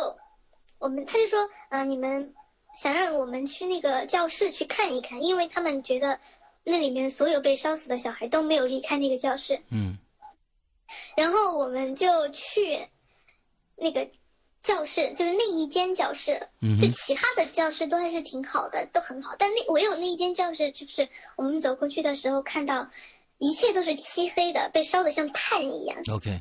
[SPEAKER 2] 我们他就说，嗯、你们想让我们去那个教室去看一看，因为他们觉得那里面所有被烧死的小孩都没有离开那个教室。
[SPEAKER 1] 嗯
[SPEAKER 2] 然后我们就去那个教室，就是那一间教室，
[SPEAKER 1] 嗯
[SPEAKER 2] 就
[SPEAKER 1] 哼，
[SPEAKER 2] 其他的教室都还是挺好的，都很好，但那唯有那一间教室，就是我们走过去的时候看到，一切都是漆黑的，被烧得像炭一样。
[SPEAKER 1] ，OK，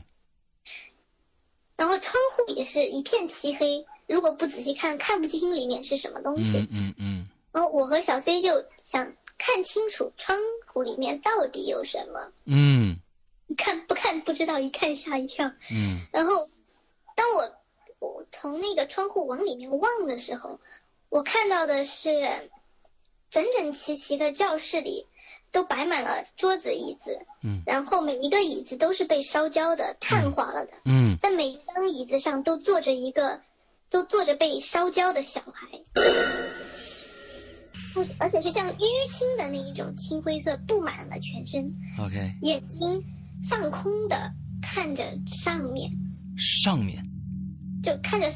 [SPEAKER 2] 然后窗户也是一片漆黑，如果不仔细看，看不清里面是什么东西。
[SPEAKER 1] 嗯嗯嗯
[SPEAKER 2] 然后我和小 C 就想看清楚窗户里面到底有什么，
[SPEAKER 1] 嗯
[SPEAKER 2] 一看不看不知道，一看吓一跳。
[SPEAKER 1] 嗯
[SPEAKER 2] 然后，当我我从那个窗户往里面望的时候，我看到的是整整齐齐的教室里都摆满了桌子椅子，
[SPEAKER 1] 嗯
[SPEAKER 2] 然后每一个椅子都是被烧焦的、碳化了的。
[SPEAKER 1] 嗯，
[SPEAKER 2] 在每一张椅子上都坐着一个，都坐着被烧焦的小孩，不是而且是像淤青的那一种青灰色，布满了全身，
[SPEAKER 1] ，OK，
[SPEAKER 2] 眼睛放空的看着上面，
[SPEAKER 1] 上面
[SPEAKER 2] 就看着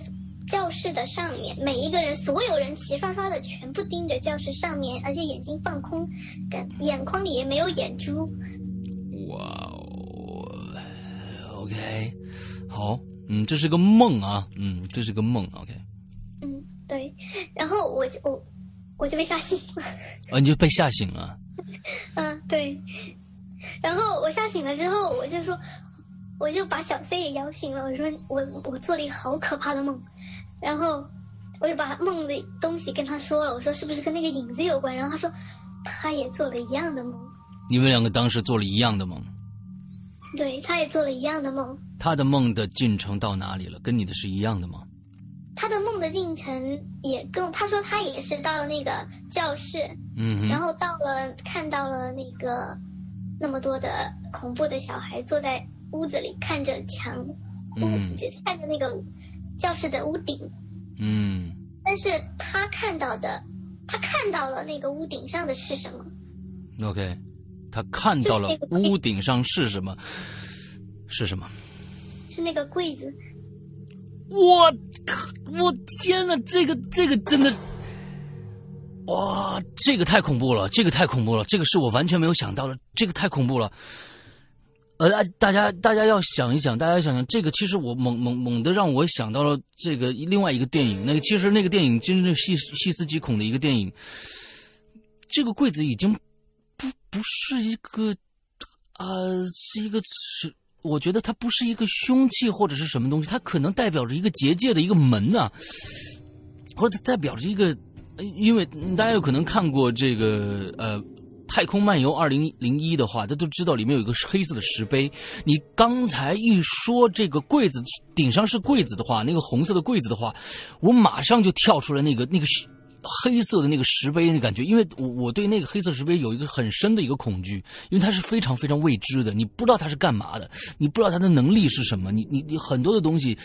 [SPEAKER 2] 教室的上面，每一个人，所有人齐刷刷的全部盯着教室上面，而且眼睛放空，感眼眶里也没有眼珠，
[SPEAKER 1] 哇哦，OK，好，嗯，这是个梦啊，嗯，这是个梦，OK，
[SPEAKER 2] 嗯，对，然后我就我我就被吓醒了。
[SPEAKER 1] 啊，你就被吓醒了，
[SPEAKER 2] 嗯，对。然后我吓醒了之后，我就说，我就把小 C 也摇醒了。我说我我做了一个好可怕的梦，然后我就把梦的东西跟他说了。我说是不是跟那个影子有关？然后他说他也做了一样的梦，
[SPEAKER 1] 你们两个当时做了一样的梦，
[SPEAKER 2] 对，他也做了一样的梦。
[SPEAKER 1] 他的梦的进程到哪里了？跟你的是一样的吗？
[SPEAKER 2] 他的梦的进程也跟他说他也是到了那个教室，
[SPEAKER 1] 嗯
[SPEAKER 2] 然
[SPEAKER 1] 哼，
[SPEAKER 2] 后到了看到了那个那么多的恐怖的小孩坐在屋子里看着墙，
[SPEAKER 1] 嗯
[SPEAKER 2] 屋就看着那个教室的屋顶，
[SPEAKER 1] 嗯，
[SPEAKER 2] 但是他看到的，他看到了那个屋顶上的是什么？
[SPEAKER 1] OK，他看到了
[SPEAKER 2] 就是那个
[SPEAKER 1] 屋顶上是什么？是什么？
[SPEAKER 2] 是那个柜子，
[SPEAKER 1] 我靠！我天呐，这个这个真的，哇，这个太恐怖了，这个太恐怖了，这个是我完全没有想到的，这个太恐怖了。呃，大家大家要想一想，大家想想这个，其实我猛猛猛的让我想到了这个另外一个电影，那个其实那个电影真是细细思极恐的一个电影。这个柜子已经不不是一个呃，是一个是，我觉得它不是一个凶器或者是什么东西，它可能代表着一个结界的一个门呐、啊，或者它代表着一个，呃因为大家有可能看过这个呃。《太空漫游二零零一》的话，大家都知道里面有一个黑色的石碑。你刚才一说这个柜子顶上是柜子的话，那个红色的柜子的话，我马上就跳出来那个那个黑色的那个石碑的感觉，因为我我对那个黑色石碑有一个很深的一个恐惧，因为它是非常非常未知的，你不知道它是干嘛的，你不知道它的能力是什么，你你你很多的东西，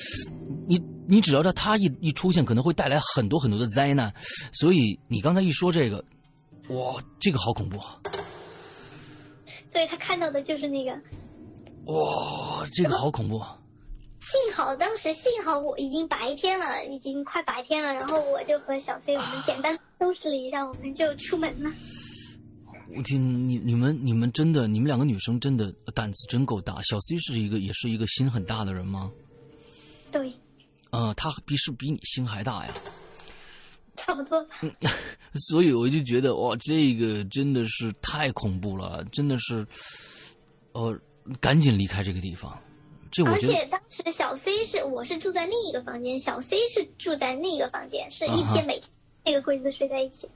[SPEAKER 1] 你你只要它它一一出现，可能会带来很多很多的灾难。所以你刚才一说这个。哇，这个好恐怖！啊！
[SPEAKER 2] 对他看到的就是那个。
[SPEAKER 1] 哇，这个好恐怖！啊！
[SPEAKER 2] 幸好当时幸好我已经白天了，已经快白天了，然后我就和小飞我们简单收拾了一下，我们就出门了。
[SPEAKER 1] 我天，你你们你们真的，你们两个女生真的胆子真够大。小 C 是一个也是一个心很大的人吗？
[SPEAKER 2] 对。
[SPEAKER 1] 呃，他比是比你心还大呀。
[SPEAKER 2] 差不多吧，
[SPEAKER 1] 所以我就觉得哇，这个真的是太恐怖了，真的是，呃，赶紧离开这个地方。这我
[SPEAKER 2] 而且当时小 C 是我是住在另一个房间，小 C 是住在那个房间，
[SPEAKER 1] 啊
[SPEAKER 2] 是一天每天那个柜子睡在一起。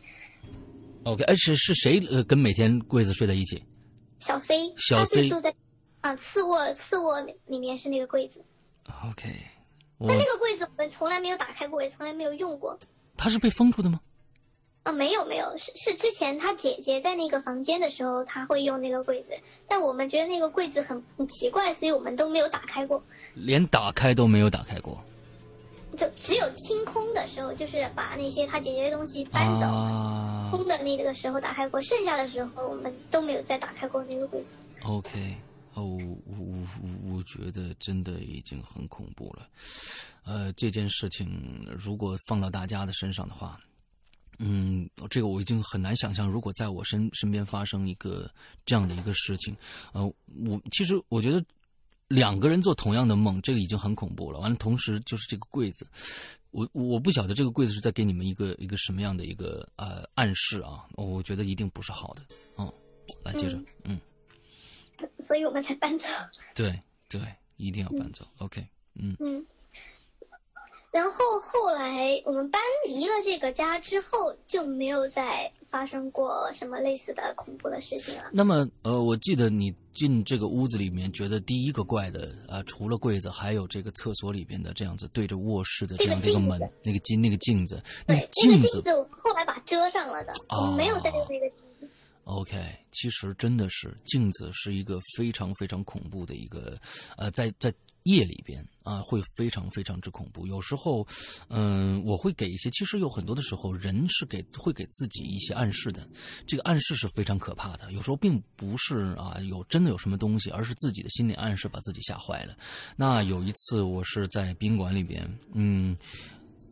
[SPEAKER 1] OK，而且是谁呃跟每天柜子睡在一起？
[SPEAKER 2] 小 C，
[SPEAKER 1] 小 C
[SPEAKER 2] 住在啊次卧次卧里面是那个柜子。
[SPEAKER 1] OK，嗯
[SPEAKER 2] 那那个柜子我们从来没有打开过，也从来没有用过。
[SPEAKER 1] 他是被封住的吗？
[SPEAKER 2] 啊、哦，没有没有，是是之前他姐姐在那个房间的时候，他会用那个柜子，但我们觉得那个柜子很很奇怪，所以我们都没有打开过，
[SPEAKER 1] 连打开都没有打开过，
[SPEAKER 2] 就只有清空的时候，就是把那些他姐姐的东西搬走，
[SPEAKER 1] 啊、
[SPEAKER 2] 空的那个时候打开过，剩下的时候我们都没有再打开过那个柜子。
[SPEAKER 1] OK。哦，我我我我觉得真的已经很恐怖了，呃，这件事情如果放到大家的身上的话，嗯，这个我已经很难想象，如果在我身身边发生一个这样的一个事情，呃，我其实我觉得两个人做同样的梦，这个已经很恐怖了。完了，同时就是这个柜子，我我不晓得这个柜子是在给你们一个一个什么样的一个呃暗示啊，我觉得一定不是好的。嗯，来接着，嗯。嗯
[SPEAKER 2] 所以我们才搬走。
[SPEAKER 1] 对对，一定要搬走。
[SPEAKER 2] 嗯
[SPEAKER 1] OK，嗯
[SPEAKER 2] 嗯。然后后来我们搬离了这个家之后，就没有再发生过什么类似的恐怖的事情了。
[SPEAKER 1] 那么，呃，我记得你进这个屋子里面，觉得第一个怪的啊、呃，除了柜子，还有这个厕所里边的这样子对着卧室的这样的一个门，那个镜，那个镜子，那个镜
[SPEAKER 2] 子，那个镜子我们后来把遮上了的，
[SPEAKER 1] 啊、
[SPEAKER 2] 我们没有再用那个。
[SPEAKER 1] OK，其实真的是镜子是一个非常非常恐怖的一个，呃，在在夜里边啊，会非常非常之恐怖。有时候，嗯、呃，我会给一些，其实有很多的时候，人是给会给自己一些暗示的，这个暗示是非常可怕的。有时候并不是啊，有真的有什么东西，而是自己的心理暗示把自己吓坏了。那有一次我是在宾馆里边，嗯。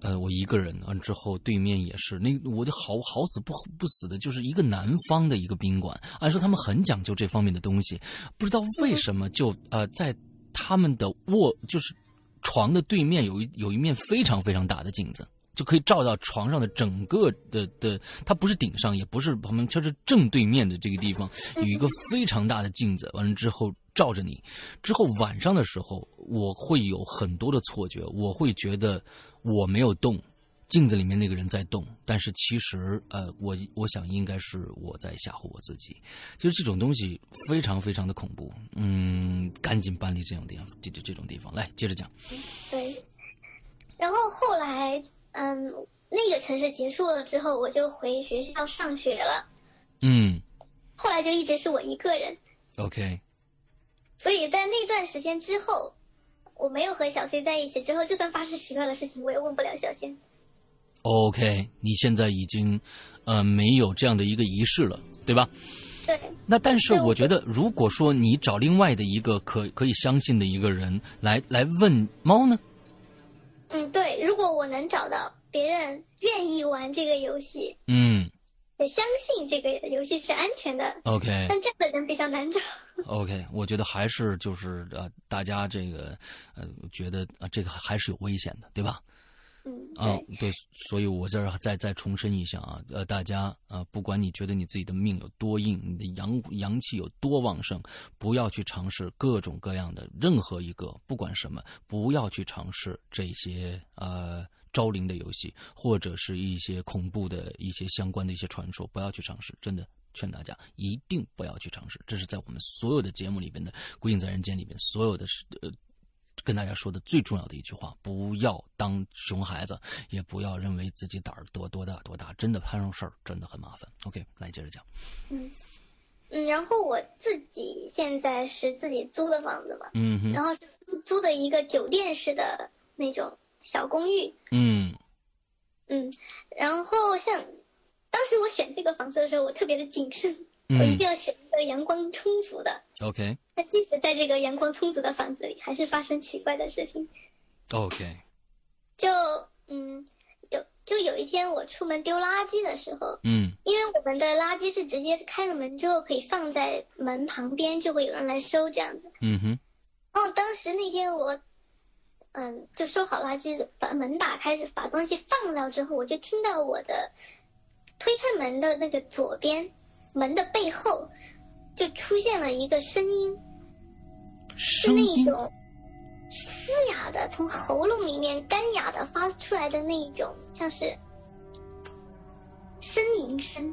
[SPEAKER 1] 呃，我一个人完之后，对面也是那，我就好好死不不死的，就是一个南方的一个宾馆。按说他们很讲究这方面的东西，不知道为什么就呃，在他们的卧就是床的对面有一有一面非常非常大的镜子，就可以照到床上的整个的的，它不是顶上，也不是旁边，它是正对面的这个地方有一个非常大的镜子。完了之后。照着你，之后晚上的时候，我会有很多的错觉，我会觉得我没有动，镜子里面那个人在动，但是其实，呃，我我想应该是我在吓唬我自己。其实这种东西非常非常的恐怖，嗯，赶紧搬离这种地方，这这这种地方。来，接着讲。
[SPEAKER 2] 对，然后后来，嗯，那个城市结束了之后，我就回学校上学了。
[SPEAKER 1] 嗯，
[SPEAKER 2] 后来就一直是我一个人。
[SPEAKER 1] OK。
[SPEAKER 2] 所以在那段时间之后，我没有和小 C 在一起。之后，就算发生奇怪的事情，我也问不了小仙。
[SPEAKER 1] OK，你现在已经，呃，没有这样的一个仪式了，对吧？
[SPEAKER 2] 对。
[SPEAKER 1] 那但是我觉得，如果说你找另外的一个可可以相信的一个人来来问猫呢？
[SPEAKER 2] 嗯，对。如果我能找到别人愿意玩这个游戏，
[SPEAKER 1] 嗯，
[SPEAKER 2] 对，相信这个游戏是安全的。
[SPEAKER 1] OK，
[SPEAKER 2] 但这样的人比较难找。
[SPEAKER 1] OK，我觉得还是就是呃，大家这个呃，觉得啊、呃，这个还是有危险的，对吧？
[SPEAKER 2] 嗯，
[SPEAKER 1] 啊，对，所以我这儿再再重申一下啊，呃，大家啊、呃，不管你觉得你自己的命有多硬，你的阳阳气有多旺盛，不要去尝试各种各样的任何一个，不管什么，不要去尝试这些呃招灵的游戏，或者是一些恐怖的一些相关的一些传说，不要去尝试，真的。劝大家一定不要去尝试，这是在我们所有的节目里边的《鬼影在人间》里边所有的呃。跟大家说的最重要的一句话：不要当熊孩子，也不要认为自己胆儿多多大多大，真的摊上事儿真的很麻烦。OK，那你接着讲。
[SPEAKER 2] 嗯嗯，然后我自己现在是自己租的房子嘛，
[SPEAKER 1] 嗯哼，
[SPEAKER 2] 然后租的一个酒店式的那种小公寓，
[SPEAKER 1] 嗯
[SPEAKER 2] 嗯，然后像当时我选这个房子的时候，我特别的谨慎，
[SPEAKER 1] 嗯
[SPEAKER 2] 我一定要选一个阳光充足的。
[SPEAKER 1] OK。
[SPEAKER 2] 但即使在这个阳光充足的房子里，还是发生奇怪的事情。
[SPEAKER 1] OK，
[SPEAKER 2] 就嗯，有就有一天我出门丢垃圾的时候，
[SPEAKER 1] 嗯
[SPEAKER 2] 因为我们的垃圾是直接开了门之后可以放在门旁边，就会有人来收这样子。
[SPEAKER 1] 嗯哼，
[SPEAKER 2] 然后当时那天我，嗯，就收好垃圾，把门打开，把东西放掉之后，我就听到我的推开门的那个左边门的背后，就出现了一个声音。是
[SPEAKER 1] 声
[SPEAKER 2] 那一
[SPEAKER 1] 音
[SPEAKER 2] 种嘶哑的，从喉咙里面干哑的发出来的那一种，像是呻吟声。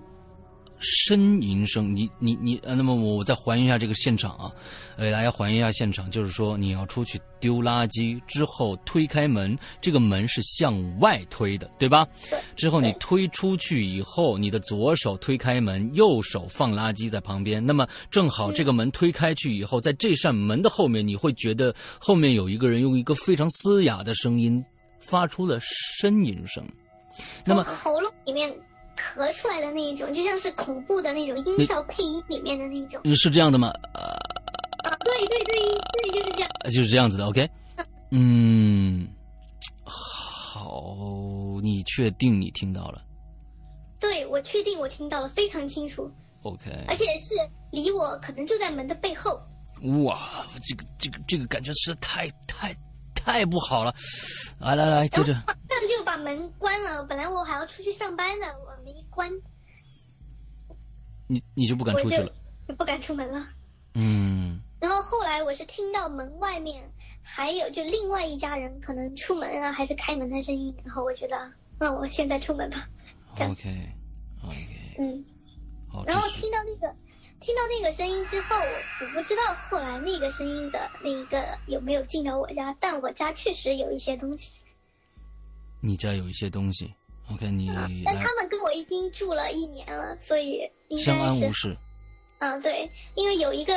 [SPEAKER 1] 呻吟声，你你你，呃那么我我再还原一下这个现场啊，呃，大家还原一下现场，就是说你要出去丢垃圾之后推开门，这个门是向外推的，对吧？
[SPEAKER 2] 对
[SPEAKER 1] 之后你
[SPEAKER 2] 对
[SPEAKER 1] 推出去以后，你的左手推开门，右手放垃圾在旁边。那么正
[SPEAKER 2] 嗯
[SPEAKER 1] 好这个门推开去以后，在这扇门的后面，你会觉得后面有一个人用一个非常嘶哑的声音发出了呻吟声。那
[SPEAKER 2] 从
[SPEAKER 1] 么
[SPEAKER 2] 喉咙里面咳出来的那一种，就像是恐怖的那种音效配音里面的那种。
[SPEAKER 1] 是这样的吗？
[SPEAKER 2] 啊，对对对对，就是这样。
[SPEAKER 1] 呃就是这样子的，OK。嗯，好，你确定你听到了
[SPEAKER 2] 对我确定我听到了，非常清楚，
[SPEAKER 1] ？OK。
[SPEAKER 2] 而且是离我可能就在门的背后。
[SPEAKER 1] 哇，这个这个这个感觉实在太太太不好了！来来来， 接着。
[SPEAKER 2] 马上就把门关了，本来我还要出去上班呢，我门一关，
[SPEAKER 1] 你你就不敢
[SPEAKER 2] 我
[SPEAKER 1] 出
[SPEAKER 2] 就
[SPEAKER 1] 去了。
[SPEAKER 2] 就不敢出门了。
[SPEAKER 1] 嗯
[SPEAKER 2] 然后后来我是听到门外面还有就另外一家人可能出门啊，还是开门的声音，然后我觉得那我现在出门吧，这样
[SPEAKER 1] ，OK OK，
[SPEAKER 2] 嗯，
[SPEAKER 1] 好，
[SPEAKER 2] 然后
[SPEAKER 1] 继续
[SPEAKER 2] 听到那个听到那个声音之后，我我不知道后来那个声音的那个有没有进到我家，但我家确实有一些东西，
[SPEAKER 1] 你家有一些东西，OK，你
[SPEAKER 2] 但
[SPEAKER 1] 来
[SPEAKER 2] 嗯他们跟我已经住了一年了，所以应
[SPEAKER 1] 相
[SPEAKER 2] 该
[SPEAKER 1] 安
[SPEAKER 2] 是
[SPEAKER 1] 无事。
[SPEAKER 2] 嗯对，因为有一个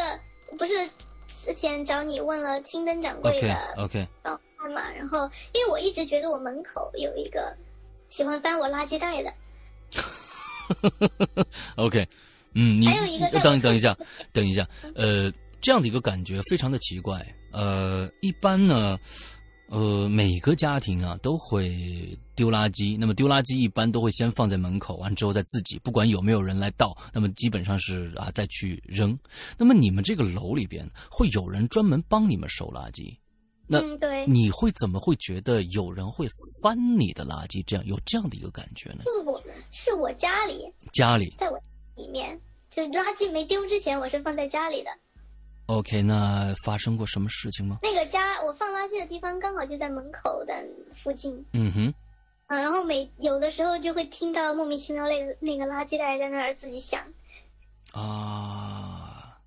[SPEAKER 2] 不是之前找你问了青灯掌柜
[SPEAKER 1] OK
[SPEAKER 2] 的
[SPEAKER 1] OK，
[SPEAKER 2] 然后翻嘛，然后因为我一直觉得我门口有一个喜欢翻我垃圾袋的，
[SPEAKER 1] OK，嗯，你
[SPEAKER 2] 还有一个在我
[SPEAKER 1] 等等一下，等一下，呃，这样的一个感觉非常的奇怪。呃，一般呢，呃，每个家庭啊都会丢垃圾，那么丢垃圾一般都会先放在门口，完之后再自己，不管有没有人来倒，那么基本上是啊再去扔。那么你们这个楼里边会有人专门帮你们收垃圾，那
[SPEAKER 2] 嗯，对，
[SPEAKER 1] 你会怎么会觉得有人会翻你的垃圾？这样有这样的一个感觉呢？
[SPEAKER 2] 是我是我家里，
[SPEAKER 1] 家里
[SPEAKER 2] 在我里面，就是垃圾没丢之前，我是放在家里的。
[SPEAKER 1] ，OK，那发生过什么事情吗？
[SPEAKER 2] 那个家我放垃圾的地方刚好就在门口的附近
[SPEAKER 1] 嗯哼，
[SPEAKER 2] 啊，然后每有的时候就会听到莫名其妙那个那个垃圾袋在那儿自己响，
[SPEAKER 1] 啊，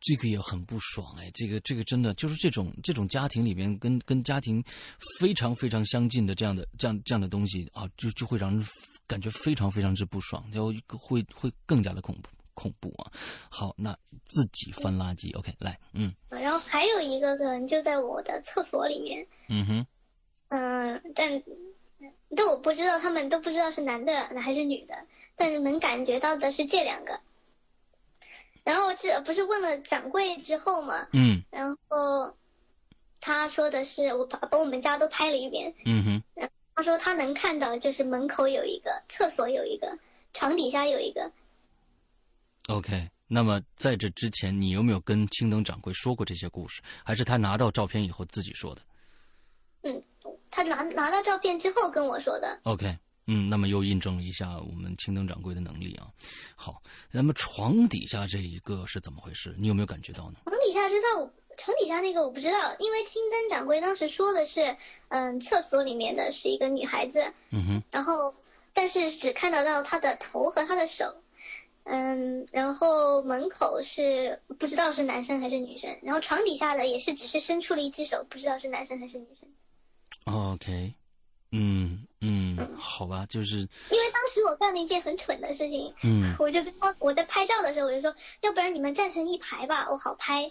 [SPEAKER 1] 这个也很不爽哎，这个这个真的就是这种这种家庭里边跟跟家庭非常非常相近的这样的这样这样的东西啊，就就会让人感觉非常非常之不爽，就会会更加的恐怖恐怖啊。好，那自己翻垃圾，OK，来，嗯
[SPEAKER 2] 啊然后还有一个可能就在我的厕所里面，
[SPEAKER 1] 嗯哼，
[SPEAKER 2] 嗯，但但我不知道他们都不知道是男的还是女的，但能感觉到的是这两个。然后这不是问了掌柜之后嘛，
[SPEAKER 1] 嗯
[SPEAKER 2] 然后他说的是我把把我们家都拍了一遍，
[SPEAKER 1] 嗯哼，
[SPEAKER 2] 他说他能看到就是门口有一个，厕所有一个，床底下有一个。
[SPEAKER 1] OK，那么在这之前，你有没有跟青灯掌柜说过这些故事？还是他拿到照片以后自己说的
[SPEAKER 2] 嗯，他拿拿到照片之后跟我说的。
[SPEAKER 1] ？OK，嗯，那么又印证了一下我们青灯掌柜的能力啊。好，那么床底下这一个是怎么回事？你有没有感觉到呢？
[SPEAKER 2] 床底下知道我，床底下那个我不知道，因为青灯掌柜当时说的是，嗯，厕所里面的是一个女孩子，
[SPEAKER 1] 嗯哼，
[SPEAKER 2] 然后但是只看得到她的头和她的手，嗯，然后门口是不知道是男生还是女生，然后床底下的也是只是伸出了一只手，不知道是男生还是女生。
[SPEAKER 1] OK，嗯嗯，好吧，就是
[SPEAKER 2] 因为当时我干了一件很蠢的事情，
[SPEAKER 1] 嗯
[SPEAKER 2] 我就跟他我在拍照的时候我就说，要不然你们站成一排吧，我好拍。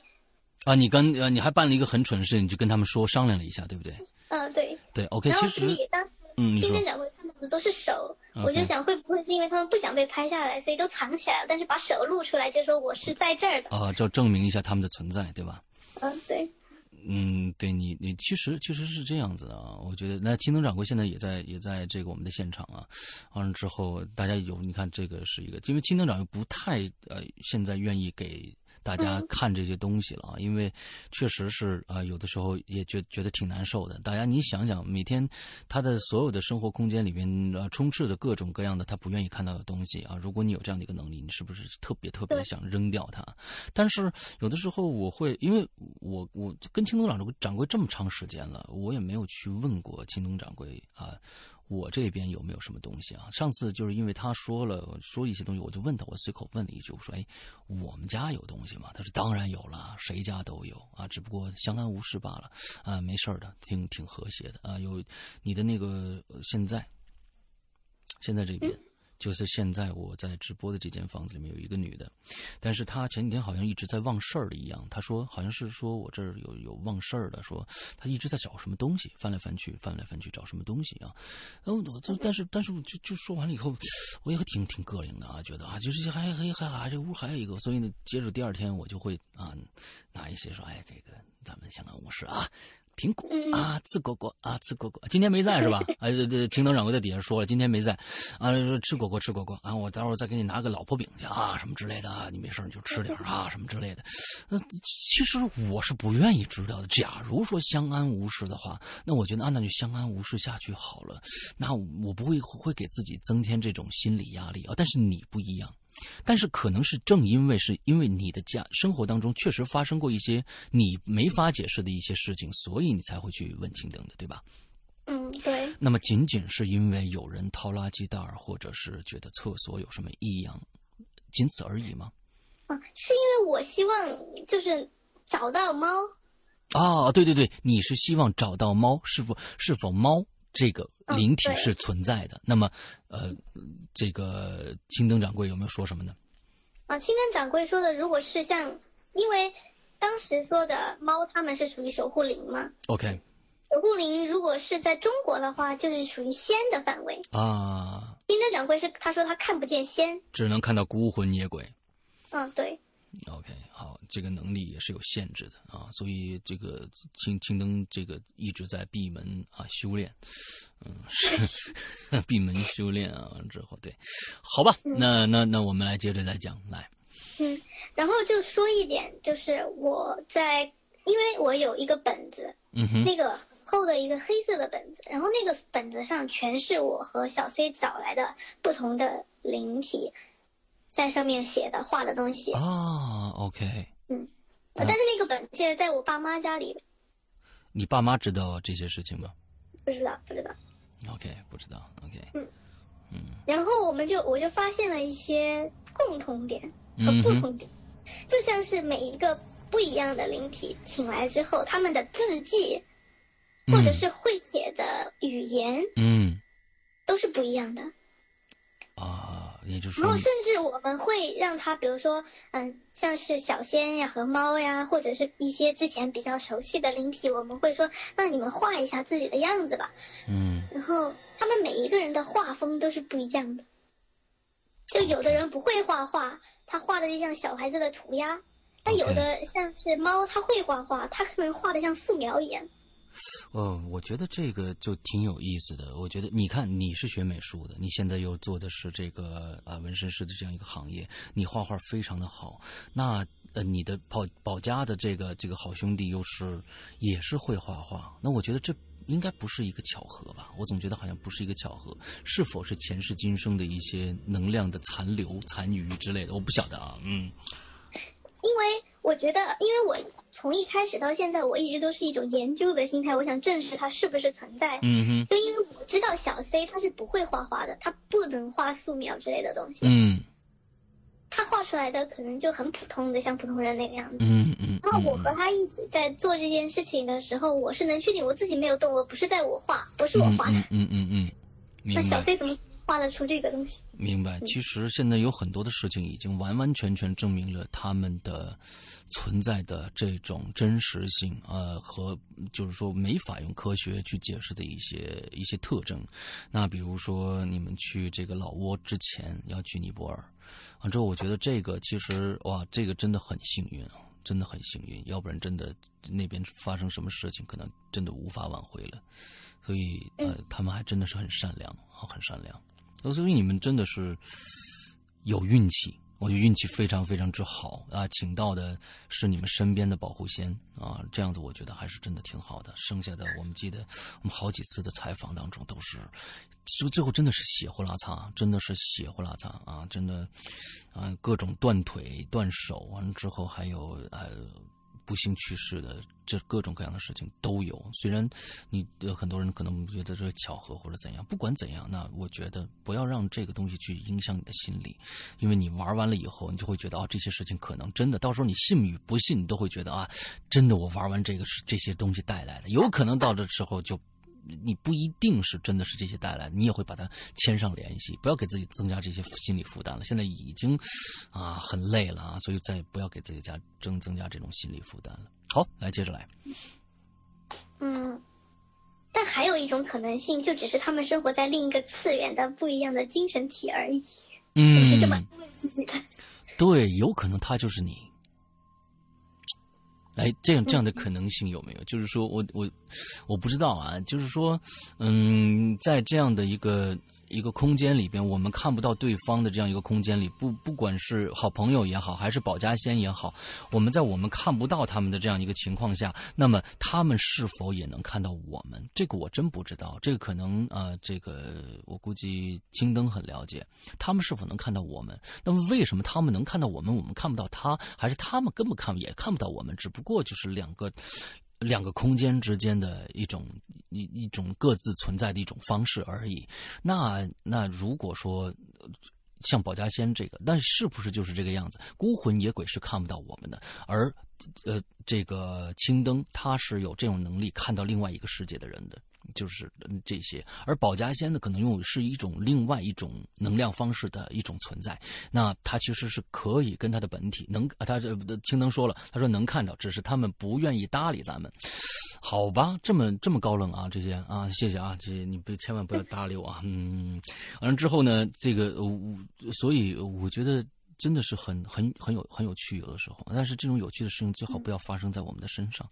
[SPEAKER 1] 啊，你跟呃你还办了一个很蠢的事，你就跟他们说商量了一下，对不对？
[SPEAKER 2] 嗯，对。
[SPEAKER 1] 对，OK，
[SPEAKER 2] 然后
[SPEAKER 1] 其
[SPEAKER 2] 所
[SPEAKER 1] 实
[SPEAKER 2] 以当时
[SPEAKER 1] 嗯，你
[SPEAKER 2] 青
[SPEAKER 1] 说
[SPEAKER 2] 灯掌柜看到的都是手，
[SPEAKER 1] OK
[SPEAKER 2] 我就想会不会是因为他们不想被拍下来，所以都藏起来了，但是把手露出来，就说我是在这儿的。
[SPEAKER 1] 啊，就证明一下他们的存在，对吧？
[SPEAKER 2] 嗯，对，
[SPEAKER 1] 嗯，对你，你其实其实是这样子的啊。我觉得那青灯掌柜现在也在也在这个我们的现场啊。完了之后，大家有你看这个是一个，因为青灯掌柜不太呃现在愿意给大家看这些东西了啊，因为确实是啊、呃有的时候也觉觉得挺难受的。大家你想想，每天他的所有的生活空间里面呃充斥着各种各样的他不愿意看到的东西啊。如果你有这样的一个能力，你是不是特别特别
[SPEAKER 2] 对
[SPEAKER 1] 想扔掉它？但是有的时候我会，因为我我跟青东掌柜掌柜这么长时间了，我也没有去问过青东掌柜啊，我这边有没有什么东西啊？上次就是因为他说了说一些东西，我就问他，我随口问了一句，我说：“哎，我们家有东西吗？”他说：“当然有了，谁家都有啊，只不过相安无事罢了啊，没事儿的，挺挺和谐的啊。有你的那个呃现在，现在这边。就是现在我在直播的这间房子里面有一个女的，但是他前几天好像一直在忘事儿了一样，他说好像是说我这儿有有忘事儿了，说他一直在找什么东西，翻来翻去，翻来翻去找什么东西啊。然后我就但是但是我就就说完了以后，我也挺挺膈应的啊，觉得啊就是还还还还这屋还有一个，所以呢，接着第二天我就会啊拿一些说哎这个咱们相安无事啊。苹果
[SPEAKER 2] 嗯
[SPEAKER 1] 啊，吃果果啊，吃果果，今天没在是吧？ 哎，对对，青灯掌柜在底下说了，今天没在，啊，说吃果果吃果果啊，我待会儿再给你拿个老婆饼去啊，什么之类的啊，你没事儿你就吃点儿啊，什么之类的。那其实我是不愿意知道的。假如说相安无事的话，那我觉得啊，那就相安无事下去好了。那我不会会给自己增添这种心理压力啊。但是你不一样，但是可能是正因为是因为你的家生活当中确实发生过一些你没法解释的一些事情，所以你才会去问青灯的，对吧？
[SPEAKER 2] 嗯，对，
[SPEAKER 1] 那么仅仅是因为有人掏垃圾袋儿，或者是觉得厕所有什么异样，仅此而已吗？
[SPEAKER 2] 啊，是因为我希望就是找到猫，
[SPEAKER 1] 啊，对对对，你是希望找到猫是否是否猫这个
[SPEAKER 2] 嗯
[SPEAKER 1] 灵体
[SPEAKER 2] 对
[SPEAKER 1] 是存在的？那么，呃，这个青灯掌柜有没有说什么呢？
[SPEAKER 2] 啊，青灯掌柜说的，如果是像，因为当时说的猫，它们是属于守护灵嘛，
[SPEAKER 1] ？OK
[SPEAKER 2] 守护灵如果是在中国的话，就是属于仙的范围。
[SPEAKER 1] 啊，
[SPEAKER 2] 青灯掌柜是他说他看不见仙，
[SPEAKER 1] 只能看到孤魂野鬼。
[SPEAKER 2] 嗯，对，
[SPEAKER 1] OK，好，这个能力也是有限制的啊，所以这个青青灯这个一直在闭门啊修炼，嗯，是 闭门修炼啊，完了之后对，好吧，那那那我们来接着来讲，来，
[SPEAKER 2] 嗯，然后就说一点，就是我在，因为我有一个本子，
[SPEAKER 1] 嗯哼，
[SPEAKER 2] 那个厚的一个黑色的本子，然后那个本子上全是我和小 C 找来的不同的灵体，在上面写的画的东西。呃
[SPEAKER 1] 啊，OK，
[SPEAKER 2] 但是那个本子现在在我爸妈家里，
[SPEAKER 1] 你爸妈知道这些事情吗
[SPEAKER 2] 不知道不知道。
[SPEAKER 1] ？OK，不知道，OK，
[SPEAKER 2] 然后我们就我就发现了一些共同点和
[SPEAKER 1] 嗯
[SPEAKER 2] 不
[SPEAKER 1] 哼，
[SPEAKER 2] 同点，就像是每一个不一样的灵体请来之后，他们的字迹或者是会写的语言
[SPEAKER 1] 嗯
[SPEAKER 2] 都是不一样的。
[SPEAKER 1] 啊，也就是
[SPEAKER 2] 然
[SPEAKER 1] 说
[SPEAKER 2] 后，甚至我们会让他，比如说，嗯，像是小仙呀和猫呀，或者是一些之前比较熟悉的灵体，我们会说，那你们画一下自己的样子吧。
[SPEAKER 1] 嗯
[SPEAKER 2] 然后他们每一个人的画风都是不一样的，就有的人不会画画，他画的就像小孩子的涂鸦；那有的像是猫，他会画画，他可能画的像素描一样。
[SPEAKER 1] 嗯，我觉得这个就挺有意思的。我觉得你看，你是学美术的，你现在又做的是这个啊纹身师的这样一个行业，你画画非常的好。那呃，你的保保家的这个这个好兄弟又是也是会画画，那我觉得这。应该不是一个巧合吧？我总觉得好像不是一个巧合，是否是前世今生的一些能量的残留、残余之类的？我不晓得啊，嗯。
[SPEAKER 2] 因为我觉得，因为我从一开始到现在，我一直都是一种研究的心态，我想证实它是不是存在。
[SPEAKER 1] 嗯哼。
[SPEAKER 2] 就因为我知道小 C 他是不会画画的，他不能画素描之类的东西。
[SPEAKER 1] 嗯。
[SPEAKER 2] 他画出来的可能就很普通的，像普通人那个样子。
[SPEAKER 1] 嗯嗯。
[SPEAKER 2] 然后我和他一起在做这件事情的时候，我是能确定我自己没有动，我不是在我画，不是我画的。
[SPEAKER 1] 嗯嗯嗯嗯。
[SPEAKER 2] 那小 C 怎么画得出这个东西？
[SPEAKER 1] 明白。其实现在有很多的事情已经完完全全证明了他们的存在的这种真实性，呃，和就是说没法用科学去解释的一些一些特征。那比如说你们去这个老挝之前要去尼泊尔。完之后，我觉得这个其实哇，这个真的很幸运啊，真的很幸运，要不然真的那边发生什么事情，可能真的无法挽回了。所以呃，他们还真的是很善良啊，很善良。所以你们真的是有运气，我觉得运气非常非常之好啊，请到的是你们身边的保护仙啊，这样子我觉得还是真的挺好的。剩下的我们记得我们好几次的采访当中都是。就最后真的是血呼啦擦，真的是血呼啦擦啊！真的，啊，各种断腿、断手，完了之后还有呃不幸去世的，这各种各样的事情都有。虽然你呃很多人可能觉得这是巧合或者怎样，不管怎样，那我觉得不要让这个东西去影响你的心理，因为你玩完了以后，你就会觉得哦，这些事情可能真的，到时候你信与不信，你都会觉得啊，真的我玩完这个是这些东西带来的，有可能到这时候就。你不一定是真的是这些带来，你也会把它牵上联系，不要给自己增加这些心理负担了。现在已经啊很累了啊，所以再不要给自己加增增加这种心理负担了。好，来接着来。
[SPEAKER 2] 嗯，但还有一种可能性，就只是他们生活在另一个次元的不一样的精神体而已。
[SPEAKER 1] 嗯，
[SPEAKER 2] 是这么安慰自己的。
[SPEAKER 1] 对，有可能他就是你。哎，这样这样的可能性有没有？就是说我我我不知道啊，就是说，嗯，在这样的一个一个空间里边，我们看不到对方的这样一个空间里，不不管是好朋友也好，还是保家仙也好，我们在我们看不到他们的这样一个情况下，那么他们是否也能看到我们？这个我真不知道，这个可能啊、呃，这个我估计青灯很了解，他们是否能看到我们？那么为什么他们能看到我们，我们看不到他？还是他们根本看也看不到我们？只不过就是两个两个空间之间的一种一一种各自存在的一种方式而已。那那如果说像保家仙这个，那是不是就是这个样子？孤魂野鬼是看不到我们的，而呃这个青灯他是有这种能力看到另外一个世界的人的。就是嗯这些，而保家仙呢，可能用是一种另外一种能量方式的一种存在。那它其实是可以跟它的本体能，啊、他这青灯说了，他说能看到，只是他们不愿意搭理咱们。好吧，这么这么高冷啊，这些啊，谢谢啊，这你不千万不要搭理我啊。嗯，完了之后呢，这个呃我所以我觉得。真的是很很很有很有趣，有的时候，但是这种有趣的事情最好不要发生在我们的身上，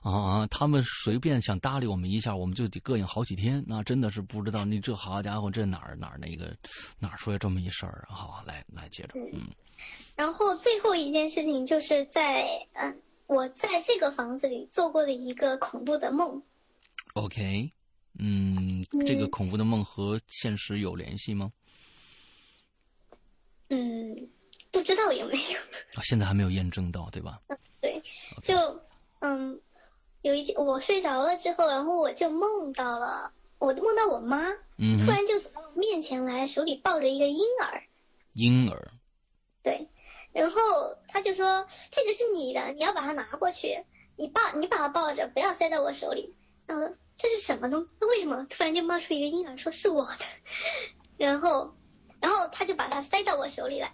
[SPEAKER 1] 啊，他们随便想搭理我们一下，我们就得膈应好几天，那真的是不知道你这好家伙，这哪儿哪儿那个哪儿出来这么一事儿？啊好，来来接着，嗯，
[SPEAKER 2] 然后最后一件事情就是在嗯、呃，我在这个房子里做过的一个恐怖的梦。
[SPEAKER 1] OK，嗯，这个恐怖的梦和现实有联系吗？
[SPEAKER 2] 嗯。不知道有没有
[SPEAKER 1] 啊？现在还没有验证到，对吧？
[SPEAKER 2] 嗯，对，就嗯，有一天我睡着了之后，然后我就梦到了，我梦到我妈，
[SPEAKER 1] 嗯，
[SPEAKER 2] 突然就走到我面前来，手里抱着一个婴儿。
[SPEAKER 1] 婴儿。
[SPEAKER 2] 对，然后他就说：“这个是你的，你要把它拿过去，你抱，你把它抱着，不要塞到我手里。”然后这是什么东？为什么突然就冒出一个婴儿，说是我的？ 然后，然后他就把它塞到我手里来。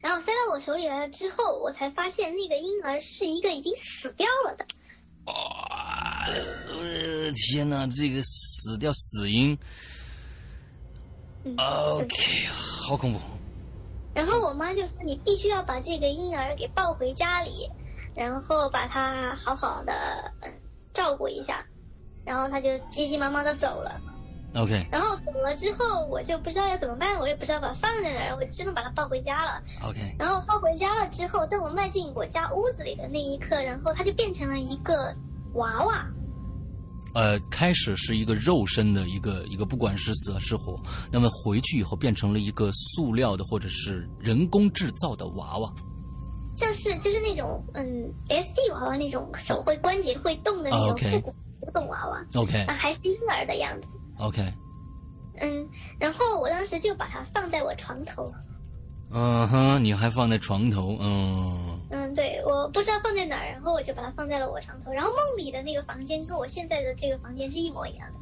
[SPEAKER 2] 然后塞到我手里来了之后，我才发现那个婴儿是一个已经死掉了的。
[SPEAKER 1] 哇、呃！天哪，这个死掉死婴、
[SPEAKER 2] 嗯、
[SPEAKER 1] ，OK，好恐怖。
[SPEAKER 2] 然后我妈就说：“你必须要把这个婴儿给抱回嗯家里，然后把他好好的照顾一下。”然后他就急急忙忙的走了。
[SPEAKER 1] OK。
[SPEAKER 2] 然后走了之后，我就不知道要怎么办，我也不知道把它放在哪儿，我只能把它抱回家了。
[SPEAKER 1] OK。
[SPEAKER 2] 然后抱回家了之后，当我迈进我家屋子里的那一刻，然后它就变成了一个娃娃。
[SPEAKER 1] 呃，开始是一个肉身的一个一个，不管是死是活，那么回去以后变成了一个塑料的或者是人工制造的娃娃。
[SPEAKER 2] 像是就是那种嗯 SD 娃娃那种手会关节会动的那种复古古董娃娃
[SPEAKER 1] ，OK，
[SPEAKER 2] 啊还是婴儿的样子
[SPEAKER 1] ，OK，
[SPEAKER 2] 嗯，然后我当时就把它放在我床头，
[SPEAKER 1] 嗯哼，你还放在床头，嗯，
[SPEAKER 2] 嗯，对，我不知道放在哪儿，然后我就把它放在了我床头，然后梦里的那个房间跟我现在的这个房间是一模一样的，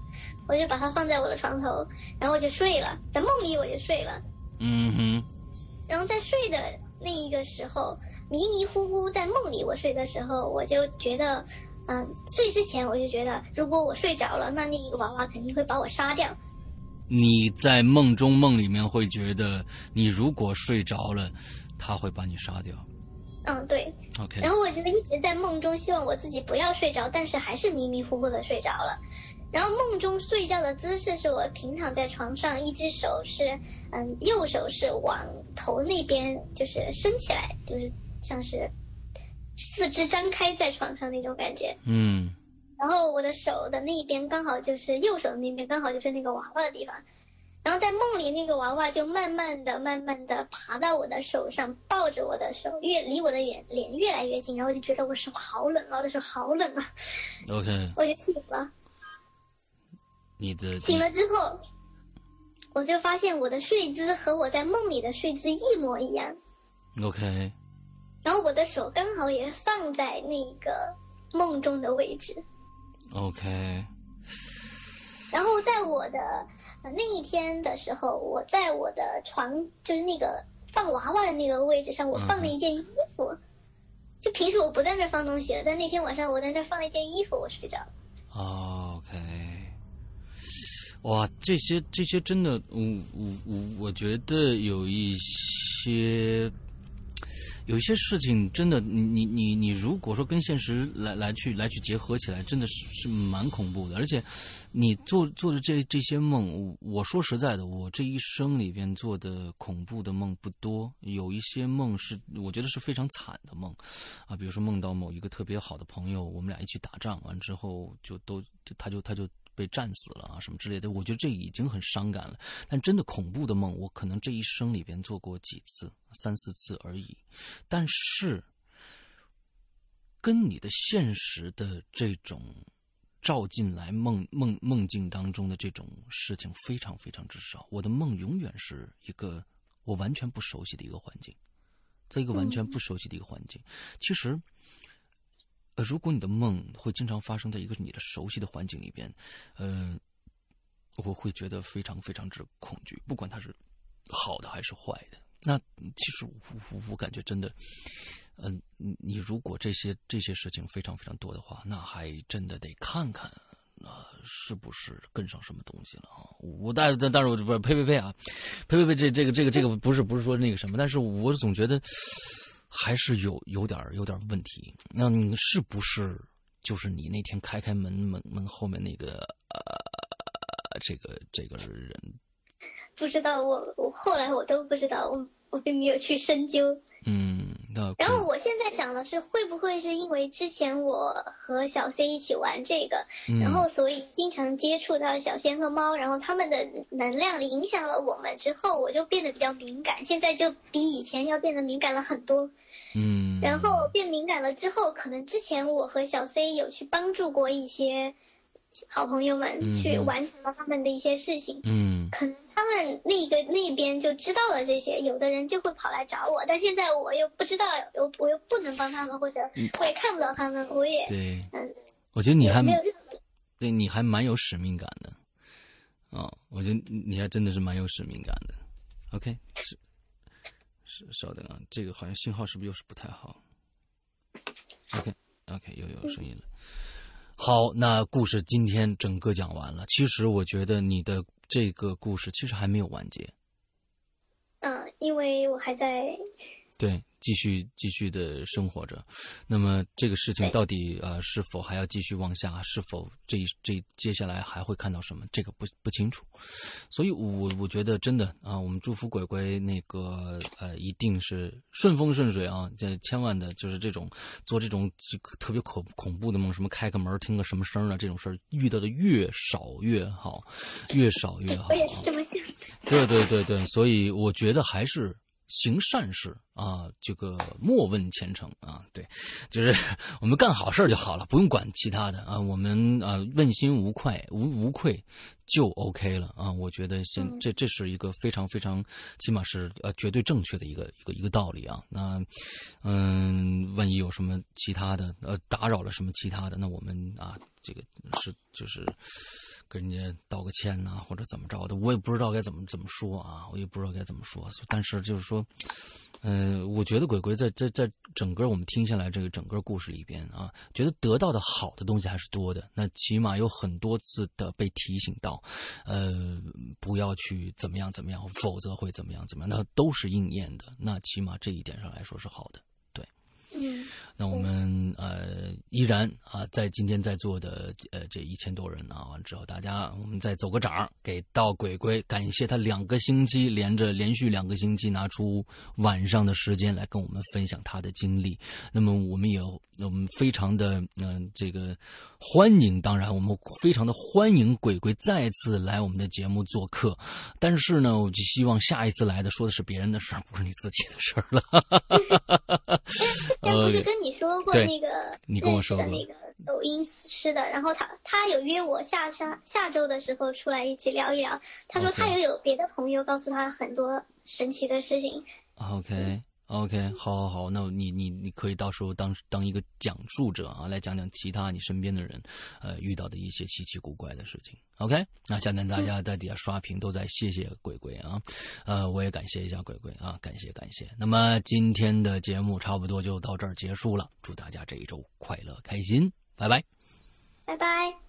[SPEAKER 2] 我就把它放在我的床头，然后我就睡了，在梦里我就睡了，
[SPEAKER 1] 嗯哼，
[SPEAKER 2] 然后在睡的那一个时候。迷迷糊糊在梦里，我睡的时候，我就觉得，嗯、呃，睡之前我就觉得，如果我睡着了，那那个娃娃肯定会把我杀掉。
[SPEAKER 1] 你在梦中梦里面会觉得，你如果睡着了，他会把你杀掉。
[SPEAKER 2] 嗯，对。
[SPEAKER 1] OK。
[SPEAKER 2] 然后我就一直在梦中，希望我自己不要睡着，但是还是迷迷糊糊的睡着了。然后梦中睡觉的姿势是我平躺在床上，一只手是，嗯，右手是往头那边就是伸起来，就是。像是四肢张开在床上那种感觉，
[SPEAKER 1] 嗯，
[SPEAKER 2] 然后我的手的那一边刚好就是右手的那边刚好就是那个娃娃的地方，然后在梦里那个娃娃就慢慢的、慢慢的爬到我的手上，抱着我的手，越离我的脸脸越来越近，然后就觉得我手好冷啊，我的手好冷啊。
[SPEAKER 1] OK，
[SPEAKER 2] 我就醒了。
[SPEAKER 1] 你的
[SPEAKER 2] 醒了之后，我就发现我的睡姿和我在梦里的睡姿一模一样。
[SPEAKER 1] OK。
[SPEAKER 2] 然后我的手刚好也放在那个梦中的位置。
[SPEAKER 1] OK。
[SPEAKER 2] 然后在我的、呃、那一天的时候，我在我的床，就是那个放娃娃的那个位置上，我放了一件衣服。嗯、就平时我不在那放东西的，但那天晚上我在那放了一件衣服，我睡着了。
[SPEAKER 1] OK。哇，这些这些真的，我我我我觉得有一些。有一些事情真的，你你你你，如果说跟现实来来去来去结合起来，真的是是蛮恐怖的。而且，你做做的这这些梦，我说实在的，我这一生里边做的恐怖的梦不多，有一些梦是我觉得是非常惨的梦，啊，比如说梦到某一个特别好的朋友，我们俩一起打仗，完之后就都他就他就。被战死了啊，什么之类的，我觉得这已经很伤感了。但真的恐怖的梦，我可能这一生里边做过几次，三四次而已。但是，跟你的现实的这种照进来梦梦梦境当中的这种事情非常非常之少。我的梦永远是一个我完全不熟悉的一个环境，在一个完全不熟悉的一个环境。嗯、其实。呃，如果你的梦会经常发生在一个你的熟悉的环境里边，嗯、呃，我会觉得非常非常之恐惧，不管它是好的还是坏的。那其实我我感觉真的，嗯、呃，你如果这些这些事情非常非常多的话，那还真的得看看。啊，是不是跟上什么东西了啊？我但但但是我不是呸呸呸啊，呸呸呸，这这个这个这个不是不是说那个什么，但是我总觉得。还是有有点有点问题，那你是不是就是你那天开开门门门后面那个呃这个这个人？
[SPEAKER 2] 不知道我我后来我都不知道，我我并没有去深究。
[SPEAKER 1] 嗯，那
[SPEAKER 2] 然后我现在想的是，会不会是因为之前我和小仙一起玩这个，嗯、然后所以经常接触到小仙和猫，然后他们的能量影响了我们之后，我就变得比较敏感，现在就比以前要变得敏感了很多。
[SPEAKER 1] 嗯，
[SPEAKER 2] 然后变敏感了之后，可能之前我和小 C 有去帮助过一些好朋友们去完成了他们的一些事情。
[SPEAKER 1] 嗯，
[SPEAKER 2] 可能他们那个那边就知道了这些，有的人就会跑来找我，但现在我又不知道，我我又不能帮他们，或者我也看不到他们，我也
[SPEAKER 1] 嗯对，
[SPEAKER 2] 嗯，
[SPEAKER 1] 我觉得你还
[SPEAKER 2] 没有任何，
[SPEAKER 1] 对你还蛮有使命感的，哦，我觉得你还真的是蛮有使命感的，OK 是。是，稍等啊，这个好像信号是不是又是不太好？OK，OK，okay, okay, 又有声音了。好，那故事今天整个讲完了。其实我觉得你的这个故事其实还没有完结。
[SPEAKER 2] 嗯、呃，因为我还在。
[SPEAKER 1] 对。继续继续的生活着。那么这个事情到底呃是否还要继续往下？是否这这接下来还会看到什么？这个不不清楚。所以我我觉得真的啊，我们祝福鬼鬼那个呃一定是顺风顺水啊！这千万的就是这种做这种特别恐恐怖的梦，什么开个门听个什么声啊，这种事儿遇到的越少越好，越少越好。
[SPEAKER 2] 我也是这么想。
[SPEAKER 1] 对对对对，所以我觉得还是行善事啊，这个莫问前程啊，对，就是我们干好事就好了，不用管其他的啊，我们啊问心无愧无无愧就 OK 了啊，我觉得现、
[SPEAKER 2] 嗯、
[SPEAKER 1] 这这是一个非常非常起码是呃绝对正确的一个一个一个道理啊，那嗯，万一有什么其他的呃打扰了什么其他的，那我们啊这个是就是。跟人家道个歉呐、啊，或者怎么着的，我也不知道该怎么怎么说啊，我也不知道该怎么说。但是就是说，嗯、呃，我觉得鬼鬼在在在整个我们听下来这个整个故事里边啊，觉得得到的好的东西还是多的。那起码有很多次的被提醒到，呃，不要去怎么样怎么样，否则会怎么样怎么样，那都是应验的。那起码这一点上来说是好的。
[SPEAKER 2] 嗯，
[SPEAKER 1] 那我们呃依然啊，在今天在座的呃这一千多人啊，完之后大家我们再走个掌，给到鬼鬼，感谢他两个星期连着连续两个星期拿出晚上的时间来跟我们分享他的经历。那么我们也我们非常的嗯、呃、这个欢迎，当然我们非常的欢迎鬼鬼再次来我们的节目做客。但是呢，我就希望下一次来的说的是别人的事儿，不是你自己的事儿了。
[SPEAKER 2] 但不是跟你说过那个、呃、
[SPEAKER 1] 呃你跟我说
[SPEAKER 2] 的那个抖音师的，然后他他有约我下下下周的时候出来一起聊一聊。他说他也有别的朋友告诉他很多神奇的事情。
[SPEAKER 1] OK OK，好好好，那你你你可以到时候当当一个讲述者啊，来讲讲其他你身边的人，呃，遇到的一些奇奇古怪的事情。OK，那下面大家在底下刷屏都在谢谢鬼鬼啊，呃，我也感谢一下鬼鬼啊，感谢感谢。那么今天的节目差不多就到这儿结束了，祝大家这一周快乐开心，拜拜，
[SPEAKER 2] 拜拜。